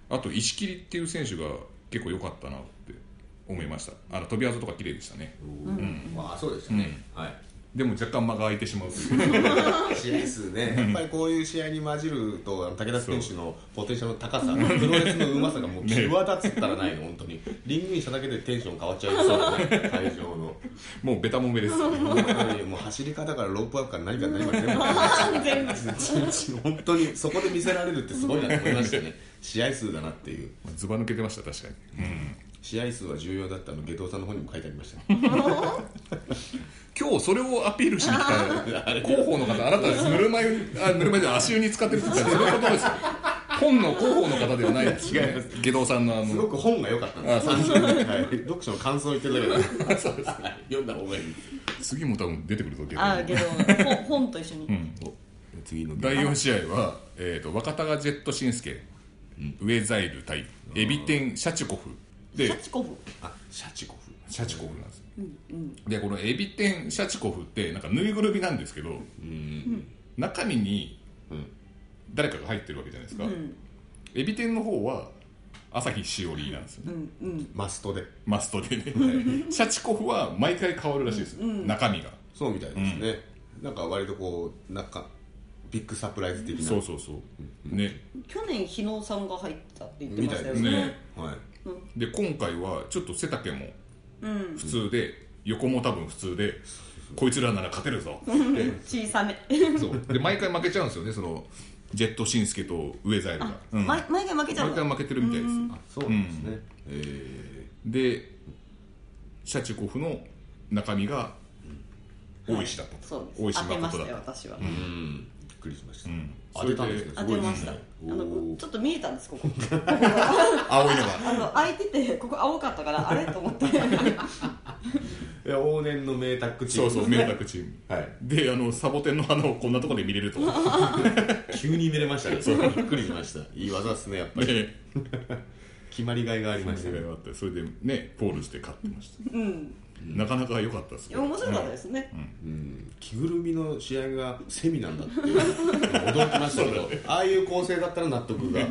[SPEAKER 1] あと石切っていう選手が結構良かったなって思いましたあの飛び技とか綺麗でしたね
[SPEAKER 3] うんまあそうでしたね、はい
[SPEAKER 1] でも若干間が空いてしまうと いう
[SPEAKER 3] 試合数ね、やっぱりこういう試合に混じると、あの武田選手のポテンシャルの高さ、プロレスのうまさがもう際立つったらないの、本当に、リングインしただけでテンション変わっちゃいそうなね、会場の、
[SPEAKER 1] もうベタもめです
[SPEAKER 3] 本当に もう走り方からロープアップから何から何まで全部、
[SPEAKER 2] 全部
[SPEAKER 3] 本当にそこで見せられるってすごいなと思いました ね、試合数だなっていう、
[SPEAKER 1] ずば抜けてました確かに、
[SPEAKER 3] 試合数は重要だったの、下藤さんの方にも書いてありました、
[SPEAKER 1] 今日それをアピールしに来 た広報の方あなたぬるま湯あぬるま湯で足湯に使ってるって言ったらそういうことですよ本の広報の方ではないですよね外道さんのあ
[SPEAKER 3] すご
[SPEAKER 1] の
[SPEAKER 3] く本が良かったんです、
[SPEAKER 1] あ
[SPEAKER 3] はい、読書の感想を言ってるだけで、はい読んだ方がいい。
[SPEAKER 1] 次も多分出てくると
[SPEAKER 2] ああけ
[SPEAKER 1] け
[SPEAKER 2] どほ本と一緒に、
[SPEAKER 3] 次の
[SPEAKER 1] 第4試合は、えー、と若隆ジェット紳助、ウェザイル対エビ天シャチュコフ
[SPEAKER 2] シ
[SPEAKER 1] で
[SPEAKER 2] ャチコフ
[SPEAKER 3] あシャチコフ
[SPEAKER 1] シャチコフなんです、でこのエビ天シャチコフってなんかぬいぐるみなんですけど、中身に誰かが入ってるわけじゃないですか、エビ天の方は朝日しおりなんですよね、
[SPEAKER 3] マストで
[SPEAKER 1] マストでねシャチコフは毎回変わるらしいですよ、中身が
[SPEAKER 3] そうみたいですね、なんか割とこうなんかビッグサプライズ的な
[SPEAKER 1] そうそうそう、ね
[SPEAKER 2] 去年日野さんが入ってたって言って
[SPEAKER 3] み
[SPEAKER 2] ま
[SPEAKER 3] た
[SPEAKER 2] し
[SPEAKER 3] い
[SPEAKER 2] たよ
[SPEAKER 3] です
[SPEAKER 2] ね
[SPEAKER 3] ね
[SPEAKER 1] ね
[SPEAKER 3] はい
[SPEAKER 1] で今回はちょっと背丈も普通で、横も多分普通でこいつらなら勝てるぞ
[SPEAKER 2] 小さめ、
[SPEAKER 1] そうで毎回負けちゃうんですよねそのジェットシンスケとウェザイルが、うん
[SPEAKER 2] 毎毎回負けちゃう
[SPEAKER 1] 毎
[SPEAKER 2] の
[SPEAKER 1] 回負けてるみたいです、
[SPEAKER 3] あそうなんですね、え
[SPEAKER 1] でシャチコフの中身が大石だったと、
[SPEAKER 2] そう
[SPEAKER 1] 大
[SPEAKER 2] です
[SPEAKER 1] 石
[SPEAKER 2] 当てま
[SPEAKER 1] 誠だ
[SPEAKER 2] したよ
[SPEAKER 1] っ
[SPEAKER 2] 私は、
[SPEAKER 3] ー、うんびっくりしました、当
[SPEAKER 1] それ
[SPEAKER 3] て
[SPEAKER 1] で
[SPEAKER 3] たんですねす
[SPEAKER 2] 当
[SPEAKER 3] ごい
[SPEAKER 2] て
[SPEAKER 3] で
[SPEAKER 2] ますした、
[SPEAKER 3] ね
[SPEAKER 2] あの
[SPEAKER 3] おー
[SPEAKER 2] ちょっと見えたんですここ
[SPEAKER 1] た青いのが
[SPEAKER 2] あの開いててここ青かったからあれと思って
[SPEAKER 3] いや往年の名タッグチー
[SPEAKER 1] そ
[SPEAKER 3] ム
[SPEAKER 1] うそう明卓チーム
[SPEAKER 3] はい
[SPEAKER 1] であのサボテンの花をこんなところで見れる と
[SPEAKER 3] 急に見れましたねそうびっくりしましたいい技ですねやっぱり
[SPEAKER 1] で
[SPEAKER 3] 決まりがいがありました
[SPEAKER 1] それ
[SPEAKER 3] ね
[SPEAKER 1] があってそれでねポールして勝ってました
[SPEAKER 2] うん
[SPEAKER 1] なかなか良かったです
[SPEAKER 2] いや面白かったですね、
[SPEAKER 3] うん着ぐるみの試合がセミなんだって驚きましたけど、ああいう構成だったら納得がはい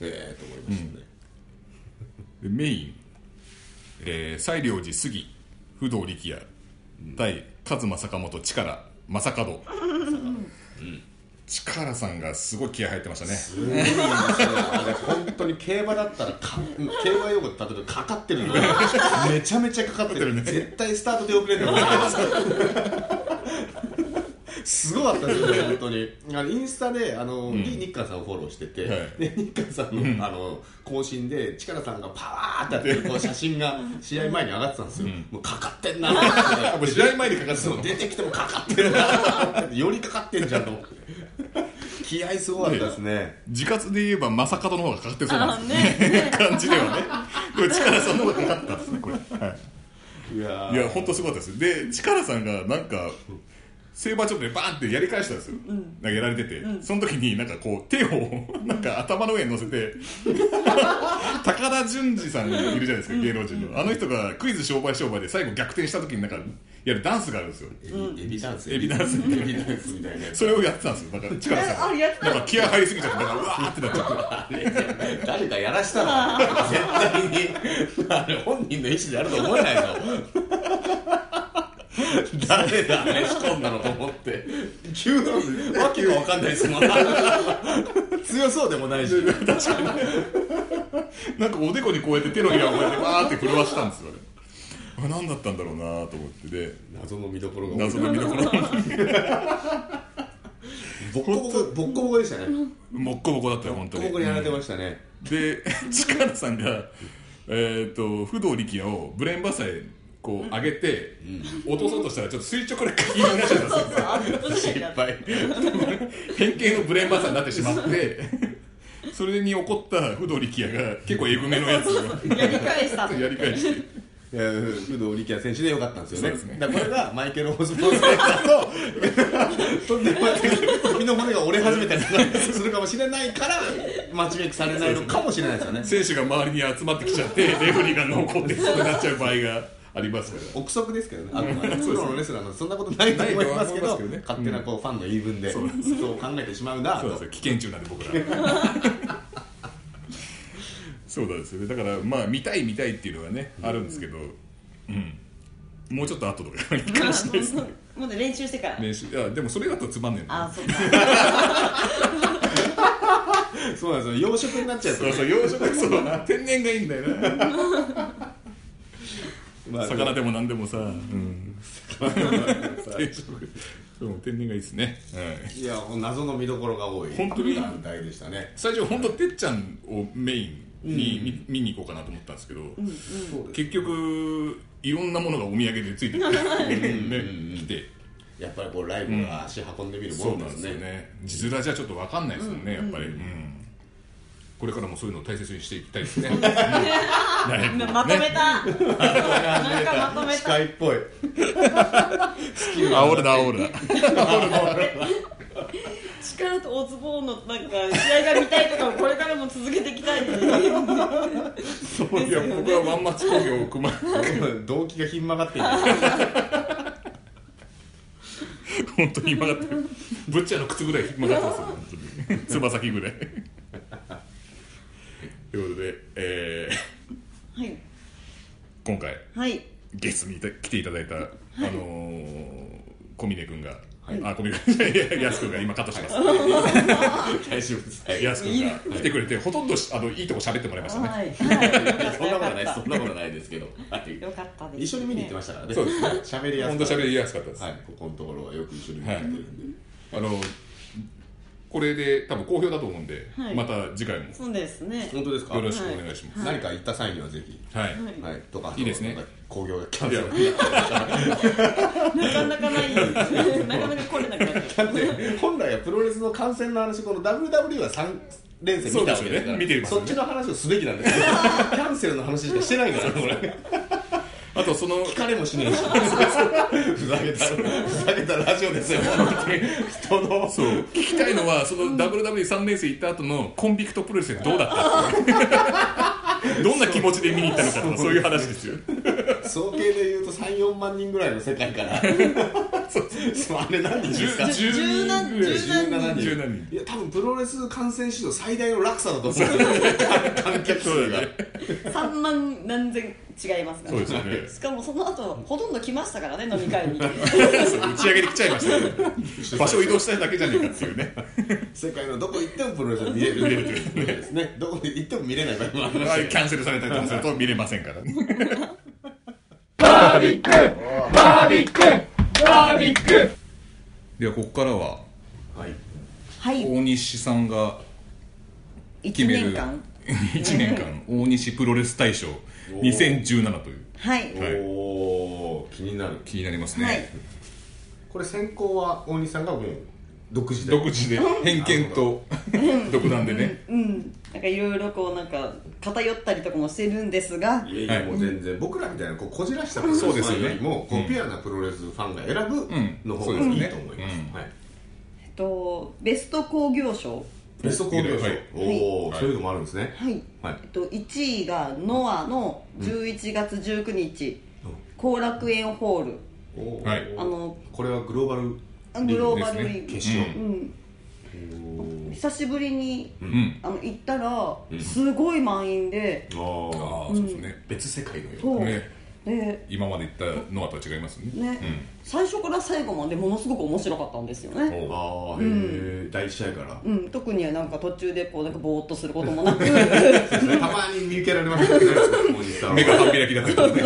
[SPEAKER 3] ええと思いましたね、
[SPEAKER 1] でメイン、えー、西良寺杉不動力也対勝間坂本力正門、力さんがすごい気合入ってましたね
[SPEAKER 3] すごいですねあれ本当に競馬だったらか競馬用語で例えばかかってるのがめちゃめちゃかかってる
[SPEAKER 1] かかってるね
[SPEAKER 3] 絶対スタートで遅れてるんですよすごかったですよね本当にあのインスタであの、に日韓さんをフォローしてて、
[SPEAKER 1] はい
[SPEAKER 3] で日韓さんの,、あの更新でチカラさんがパワーってやってるこう写真が試合前に上がってたんですよ、もうかかってんな
[SPEAKER 1] もう試合前にかかってた
[SPEAKER 3] そ
[SPEAKER 1] の
[SPEAKER 3] う
[SPEAKER 1] ね
[SPEAKER 3] 出てきてもかかってるなよりかかってんじゃんと思って気合すごかったですね
[SPEAKER 1] 自活で言えば正門の方がかかってそう
[SPEAKER 2] あ
[SPEAKER 1] な
[SPEAKER 2] ーね
[SPEAKER 1] 感じではねこれ力さんの方がかかったんですねこれ、はい
[SPEAKER 3] や
[SPEAKER 1] い、いや本当すごかったですで力さんがなんかセーバーチョップでバーンってやり返したんですよ、なんかやられてて、その時になんかこう手をなんか頭の上に乗せて高田純次さんいるじゃないですか芸能人のあの人がクイズ商売商売で最後逆転した時になんかやるダンスがあるんですよ
[SPEAKER 3] エビエビダンス
[SPEAKER 1] エビダンス
[SPEAKER 3] エビダンスみたいなやつ
[SPEAKER 1] それをやってたんですよだから力さんが
[SPEAKER 2] えあやってた
[SPEAKER 1] なんか気合入りすぎちゃってなんかうわーってなっちゃって
[SPEAKER 3] 誰かやらしたら絶対にあれ本人の意思であると思えないぞ誰だね仕込んだのと思って急にわけがわかんないですもん強そうでもないし
[SPEAKER 1] なんかおでこにこうやって手のひらをこうやってわーって震わしたんですよねあ何だったんだろうなと思ってで
[SPEAKER 3] 謎の見どころが多い
[SPEAKER 1] 謎の見どころ
[SPEAKER 3] ボッコボコボッコボコでしたね
[SPEAKER 1] もっこぼこだったよ本
[SPEAKER 3] ボ
[SPEAKER 1] 当
[SPEAKER 3] ッ
[SPEAKER 1] に
[SPEAKER 3] コボコにやられてましたね
[SPEAKER 1] で 力さんがえっ、と不動力也をブレーンバサへこう上げて、落とそうとしたらちょっと垂直で鍵になっちゃった んですよ
[SPEAKER 3] 失敗
[SPEAKER 1] 変形のブレーンバサになってしまってそれに怒った不動力也が結構えぐめのやつを
[SPEAKER 2] やり返 した
[SPEAKER 1] やり返して
[SPEAKER 3] いや工藤力也選手でよかったんですよね
[SPEAKER 1] そうですね
[SPEAKER 3] だからこれがマイケル・オスボーン選手ととんでもない首の骨が折れ始めたりとかするかもしれないからマッチメイクされないのかもしれないですよね
[SPEAKER 1] 選手が周りに集まってきちゃってレフェリーが残ってそうになっちゃう場合がありますから
[SPEAKER 3] 憶測ですけどねあのプロのレスラーのそんなことないと思います
[SPEAKER 1] な
[SPEAKER 3] け
[SPEAKER 1] いとは思います
[SPEAKER 3] ど
[SPEAKER 1] けどね
[SPEAKER 3] 勝手なこうファンの言い分でそう考えてしまうな
[SPEAKER 1] そうなん
[SPEAKER 3] と
[SPEAKER 1] ですよ危険中なんで僕ら そうなんですよねだからまあ見たい見たいっていうのがね、あるんですけどうんもうちょっと後と かがいいかもしれないですね
[SPEAKER 2] もうね練習してから
[SPEAKER 1] 練習いやでもそれだとつまんねえ
[SPEAKER 2] あ
[SPEAKER 1] な
[SPEAKER 2] あそっか
[SPEAKER 3] そうなんですよ養殖になっちゃうと
[SPEAKER 1] そうそう養殖そうな 天然がいいんだよな
[SPEAKER 3] まあ
[SPEAKER 1] 魚でも何でもさ、 うん、定食そう天然がいいですね、はい、
[SPEAKER 3] いや謎の見どころが多い
[SPEAKER 1] 本当に
[SPEAKER 3] 団体でしたね
[SPEAKER 1] 最初本当てっちゃんをメインに見,、見に行こうかなと思ったんですけど、結局いろんなものがお土産でついてきて、ね、来て
[SPEAKER 3] やっぱりこうライブが足運んでみるも
[SPEAKER 1] そうんなん
[SPEAKER 3] で
[SPEAKER 1] ですすよ
[SPEAKER 3] ね
[SPEAKER 1] ね字面じゃちょっと分かんないですもんねやっぱり、うんこれからもそういうのを大切にしていきたいですね
[SPEAKER 2] 今まとめた、なんかまとめ
[SPEAKER 3] 司
[SPEAKER 2] た
[SPEAKER 3] 会っぽい
[SPEAKER 1] あおるなあおるな
[SPEAKER 2] 力と大坪のなんか試合が見たいとかをこれからも続けていきたいっていう
[SPEAKER 1] いや僕はワンマッチ工業を組ま
[SPEAKER 3] 動機がひん曲がってる
[SPEAKER 1] 本当に曲がってるブッチャーの靴ぐらい曲がってますよ本当につま先 ぐらいということで、えー
[SPEAKER 2] はい
[SPEAKER 1] 今回
[SPEAKER 2] はい
[SPEAKER 1] ゲストにいた来ていただいた、あのー、小峰君が、
[SPEAKER 3] はい
[SPEAKER 1] あ小峰君じゃないいややす君が今カットします、
[SPEAKER 3] 大丈夫です
[SPEAKER 1] やす君が来てくれてほとんどしあのいいとこ喋ってもらいましたね、
[SPEAKER 2] はい
[SPEAKER 3] そんなことないです
[SPEAKER 2] は
[SPEAKER 3] そんなことないですけど、はい
[SPEAKER 2] い、よかったです
[SPEAKER 3] 一緒に見に行ってましたからね
[SPEAKER 1] そうですね
[SPEAKER 3] 喋りやす
[SPEAKER 1] 本
[SPEAKER 3] か
[SPEAKER 1] 当
[SPEAKER 3] った
[SPEAKER 1] 喋りやすかったです、
[SPEAKER 3] はいここのところはよく一緒に見に
[SPEAKER 1] はい
[SPEAKER 3] 行ってるんで、
[SPEAKER 1] あのこれで多分好評だと思うんで、
[SPEAKER 2] はい
[SPEAKER 1] また次回も
[SPEAKER 2] そうですね
[SPEAKER 3] 本当ですか
[SPEAKER 1] よろしくお願いします、
[SPEAKER 3] 何か行った際にはぜひ
[SPEAKER 1] はい、
[SPEAKER 2] はい
[SPEAKER 3] はいとか
[SPEAKER 1] いいですね
[SPEAKER 3] 工業がキャン
[SPEAKER 1] い
[SPEAKER 3] セ
[SPEAKER 1] や
[SPEAKER 3] ル
[SPEAKER 2] なかなかない ですなかなか来れなくなっちゃう
[SPEAKER 3] だって本来はプロレスの観戦の話この WW は3連戦見たわけ
[SPEAKER 1] そ
[SPEAKER 3] ですから
[SPEAKER 1] うですよね見てます
[SPEAKER 3] そ
[SPEAKER 1] よ
[SPEAKER 3] っ
[SPEAKER 1] ね
[SPEAKER 3] ちの話をすべきなんですけどキャンセルの話しかしてないからこれ
[SPEAKER 1] あとその
[SPEAKER 3] 疲れもしねえしふざけたふざけたラジオですよ本当に人の
[SPEAKER 1] そう聞きたいのはその WW3 年生行った後のコンビクトプロレスでどうだったってどんな気持ちで見に行ったのかとかそういう話ですよ
[SPEAKER 3] 総計で言うと34万人ぐらいの世界からそうあれ何人ですか
[SPEAKER 1] 10 10人ぐらい
[SPEAKER 2] 17
[SPEAKER 3] 17
[SPEAKER 1] 人17人
[SPEAKER 3] いや多分プロレス観戦史上最大の落差だと思うんですよ観客
[SPEAKER 1] そう
[SPEAKER 3] 数
[SPEAKER 1] だ
[SPEAKER 3] が
[SPEAKER 1] ね
[SPEAKER 2] 3万何千違いますか
[SPEAKER 1] そう
[SPEAKER 2] ら
[SPEAKER 1] ですよね
[SPEAKER 2] しかもその後ほとんど来ましたからね飲み会に
[SPEAKER 1] そう打ち上げで来ちゃいましたけど場所移動したいだけじゃねえかっていうね
[SPEAKER 3] 世界のどこ行ってもプロレスは見れる見れるですねどこ行っても見れない場合もありま
[SPEAKER 1] ああいう
[SPEAKER 3] す
[SPEAKER 1] キャンセルされたりとかすると見れませんからね
[SPEAKER 4] バービックバービックバービック
[SPEAKER 1] ではここからは
[SPEAKER 3] はい
[SPEAKER 2] はい
[SPEAKER 1] 大西さんが 決
[SPEAKER 2] 1
[SPEAKER 1] める
[SPEAKER 2] 年間
[SPEAKER 1] 1年間大西プロレス大賞2017という
[SPEAKER 2] はい
[SPEAKER 1] はい
[SPEAKER 3] おー気になる
[SPEAKER 1] 気になります
[SPEAKER 2] は
[SPEAKER 1] ね
[SPEAKER 2] い
[SPEAKER 3] これ先行は大西さんがもう独自で
[SPEAKER 1] 独自で偏見と 独断でね
[SPEAKER 2] うんなんかいろいろこうなんか偏ったりとかもしてるんですが
[SPEAKER 3] いやいや
[SPEAKER 1] はい
[SPEAKER 3] もう全然僕らみたいなこうこじらしたプロレス
[SPEAKER 1] そうですよね
[SPEAKER 3] ファンよりもこ
[SPEAKER 1] うん
[SPEAKER 3] うピュアなプロレスファンが選ぶの方が
[SPEAKER 1] うん
[SPEAKER 3] いいと思
[SPEAKER 1] そう
[SPEAKER 3] います
[SPEAKER 1] ですね
[SPEAKER 3] はい
[SPEAKER 2] えっとベスト興行賞
[SPEAKER 3] ベスト興行賞
[SPEAKER 1] はい
[SPEAKER 3] おお
[SPEAKER 1] はい
[SPEAKER 3] そういうのもあるんですね
[SPEAKER 2] はい
[SPEAKER 3] はい
[SPEAKER 2] えっと1位がノアの11月19日後楽園ホール
[SPEAKER 3] おー
[SPEAKER 1] はい
[SPEAKER 2] あの
[SPEAKER 3] これはグローバル
[SPEAKER 2] グローバルリーグ
[SPEAKER 3] 決勝
[SPEAKER 2] うん久しぶりに
[SPEAKER 1] うん
[SPEAKER 2] あの行ったらすごい満員で
[SPEAKER 3] あ
[SPEAKER 1] ああそうですね
[SPEAKER 3] ー別世界のよう
[SPEAKER 2] そう
[SPEAKER 1] ね
[SPEAKER 2] で
[SPEAKER 1] 今まで言ったノアとは違いますね
[SPEAKER 2] ね最初から最後までものすごく面白かったんですよね
[SPEAKER 1] おう
[SPEAKER 3] ああへえ第一試合から
[SPEAKER 2] うん、特になんか途中でこうなんかぼーっとすることもな く
[SPEAKER 3] たまに見受けら れましたけどね大西さんは
[SPEAKER 1] 目が半開きだったからね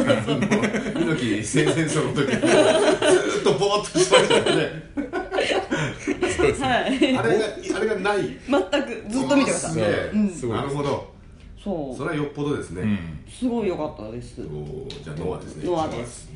[SPEAKER 3] 猪木生前葬の時ずーっとぼーっとしてましたよね
[SPEAKER 2] はい
[SPEAKER 3] あれがあれがない
[SPEAKER 2] 全くずっと見てまし
[SPEAKER 3] すげ
[SPEAKER 2] た
[SPEAKER 3] え
[SPEAKER 1] うんすごい
[SPEAKER 3] なるほど
[SPEAKER 2] そ
[SPEAKER 3] それはよっぽどです
[SPEAKER 1] う
[SPEAKER 3] ね
[SPEAKER 1] ん
[SPEAKER 2] うすごい良かったです
[SPEAKER 3] おーじゃあノアですね
[SPEAKER 2] ノアです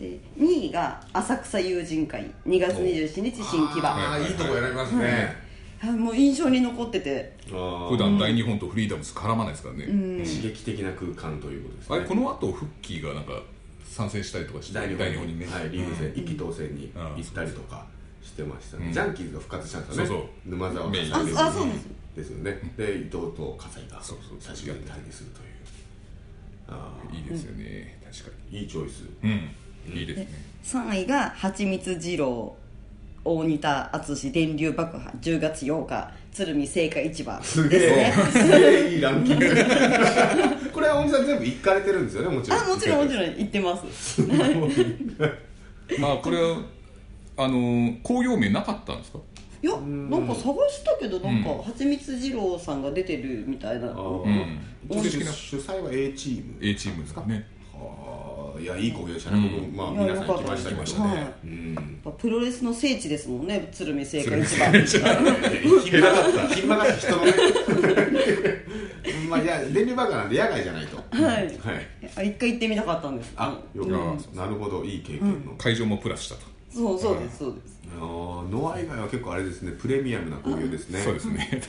[SPEAKER 2] で2位が浅草友人会2月27日新木場
[SPEAKER 3] ああいいとこ選びますね
[SPEAKER 2] あもう印象に残ってて
[SPEAKER 3] あ
[SPEAKER 1] 普段大日本とフリーダムス絡まないですからね
[SPEAKER 3] ー刺激的な空間ということです
[SPEAKER 1] あ
[SPEAKER 3] ね
[SPEAKER 1] れこの後フッキーがなんか参戦したりとかして
[SPEAKER 3] 大日
[SPEAKER 1] 大日
[SPEAKER 3] 本
[SPEAKER 1] 本にね
[SPEAKER 3] はいリーグ戦意気投戦に
[SPEAKER 1] うん
[SPEAKER 3] 行ったりとかしてました
[SPEAKER 1] う
[SPEAKER 3] ね
[SPEAKER 1] ん
[SPEAKER 3] ジャンキーズが復活したんですよね
[SPEAKER 1] そうそう
[SPEAKER 3] 沼沢
[SPEAKER 1] メイン
[SPEAKER 3] 葛西
[SPEAKER 2] ああそうです
[SPEAKER 3] ですよねで伊藤と葛西が
[SPEAKER 1] そうそう
[SPEAKER 3] 最終的に対峙するというあ
[SPEAKER 1] いいですよね確か
[SPEAKER 3] ーいいチョイス
[SPEAKER 1] にうんいいですね
[SPEAKER 2] 3位がはちみつ二郎大仁田淳電流爆破10月8日鶴見青果市場
[SPEAKER 3] すげえすげえいいランキング これは大西さん全部行かれてるんですよねもちろん
[SPEAKER 2] あもちろんもちろん行ってます
[SPEAKER 1] まあこれはあの興行名なかったんですか
[SPEAKER 2] いやなんか探したけどなんかはちみつ二郎さんが出てるみたいな
[SPEAKER 3] あ
[SPEAKER 2] は
[SPEAKER 3] ー
[SPEAKER 1] うん正
[SPEAKER 3] 主
[SPEAKER 1] 式な
[SPEAKER 3] 主催は A チーム
[SPEAKER 1] A チームですかね
[SPEAKER 3] ああいやいい攻撃でしたね、
[SPEAKER 1] うん
[SPEAKER 3] 僕もまあ
[SPEAKER 2] いや
[SPEAKER 3] 皆さん行きましたけど
[SPEAKER 1] よかった
[SPEAKER 2] いや
[SPEAKER 3] うん
[SPEAKER 2] っぱプロレスの聖地ですもんね鶴見青果市場
[SPEAKER 3] 暇だった暇だった人のねまあいや電流バカなんで野外じゃないと
[SPEAKER 2] はい
[SPEAKER 3] はい
[SPEAKER 2] あ一回行ってみたかったんです
[SPEAKER 3] あよ
[SPEAKER 1] う
[SPEAKER 3] か
[SPEAKER 1] ん
[SPEAKER 3] ったなるほどいい経験の、あ
[SPEAKER 1] 会場もプラスしたと
[SPEAKER 2] そうそうですそうです
[SPEAKER 3] ーノア以外は結構あれですねプレミアムな攻撃ですね
[SPEAKER 1] そうです ね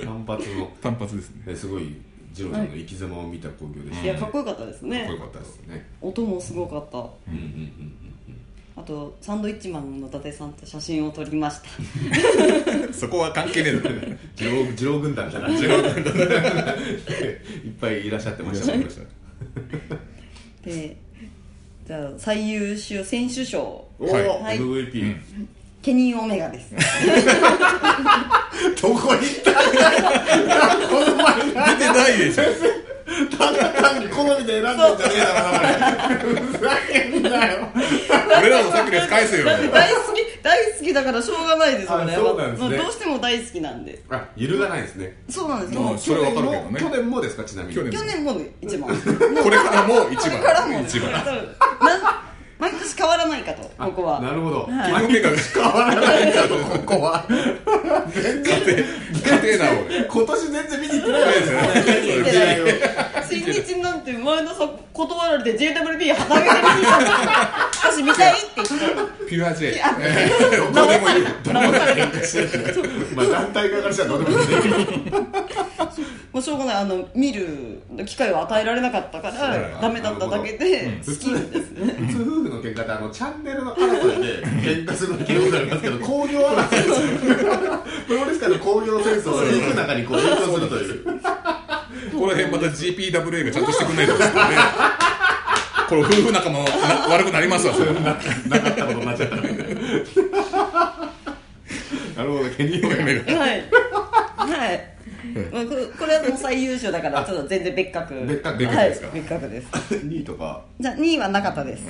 [SPEAKER 3] 単発の
[SPEAKER 1] 単発ですね
[SPEAKER 3] えすごい二郎さんの生き様を見た攻撃でした
[SPEAKER 2] い
[SPEAKER 3] ね
[SPEAKER 2] やかっこよかったです
[SPEAKER 3] かっこ
[SPEAKER 2] ね
[SPEAKER 3] よかったですね
[SPEAKER 2] 音もすごかった
[SPEAKER 3] うんうんうん
[SPEAKER 2] あとサンドイッチマンの伊達さんと写真を撮り ました
[SPEAKER 1] そこは関係ねえんだね
[SPEAKER 3] 二郎二郎軍団じゃないい っぱいいらっしゃってましたもんね
[SPEAKER 2] でじゃあ最優秀選手賞
[SPEAKER 3] おお、
[SPEAKER 1] はい
[SPEAKER 3] MVP、
[SPEAKER 1] うん
[SPEAKER 2] ケニー・オメガです
[SPEAKER 3] どこに行ったこの前
[SPEAKER 1] 出てないでしょ
[SPEAKER 3] ただ単に好みで選んでんじゃねえだろうなふざけんなよ
[SPEAKER 1] 俺らのさっきのやつ返 せよ
[SPEAKER 2] だって 大好き大好きだからしょうがないですよね
[SPEAKER 3] あそうなんですね
[SPEAKER 2] まあどうしても大好きなんで
[SPEAKER 3] あ揺るがないですね
[SPEAKER 2] そうなんですよ、
[SPEAKER 1] まあそれはわかるけどね
[SPEAKER 3] 去年もですかちなみに
[SPEAKER 1] 去年
[SPEAKER 2] 去年も一番
[SPEAKER 1] これからも一番
[SPEAKER 2] からも
[SPEAKER 1] 一番
[SPEAKER 2] そうなん毎年変わらないかとここは
[SPEAKER 3] なるほど、
[SPEAKER 1] 基本目が
[SPEAKER 3] 変わらないんだとここは
[SPEAKER 1] 勝てな俺
[SPEAKER 3] 今年全然見に行ってないですよ
[SPEAKER 2] 見てないよ新日なんて前のさ断られて JWB 旗揚げてる日私見たいって言っ て
[SPEAKER 1] ピュア J
[SPEAKER 2] あ
[SPEAKER 1] どこでもいい
[SPEAKER 2] 騙された
[SPEAKER 3] まあ団体側からしたらどうでもいいですね
[SPEAKER 2] もうしょうがないあの見る機会を与えられなかったか
[SPEAKER 1] う
[SPEAKER 2] ら
[SPEAKER 1] だ
[SPEAKER 2] ダメだっただけで好
[SPEAKER 3] 普
[SPEAKER 2] き
[SPEAKER 3] 通
[SPEAKER 2] ですね
[SPEAKER 3] 普通夫婦の喧嘩ってあのチャンネルの争いで喧嘩するだけよくありますけど興行争い ですよプロレス界の興行戦争は夫婦の中にこう影響するという
[SPEAKER 1] この辺また GPWA がちゃんとしてくんないとですからねこれ夫婦仲もな悪くなりますわそれ
[SPEAKER 3] なかったことになっちゃったなるほどケニー・オメガ
[SPEAKER 2] はいはいまあ、ここれはもう最優秀だからちょっと全然別格
[SPEAKER 3] 別格
[SPEAKER 1] 別格ですか
[SPEAKER 2] はい、別格です
[SPEAKER 3] 2位とか
[SPEAKER 2] じゃあ2位はなかったです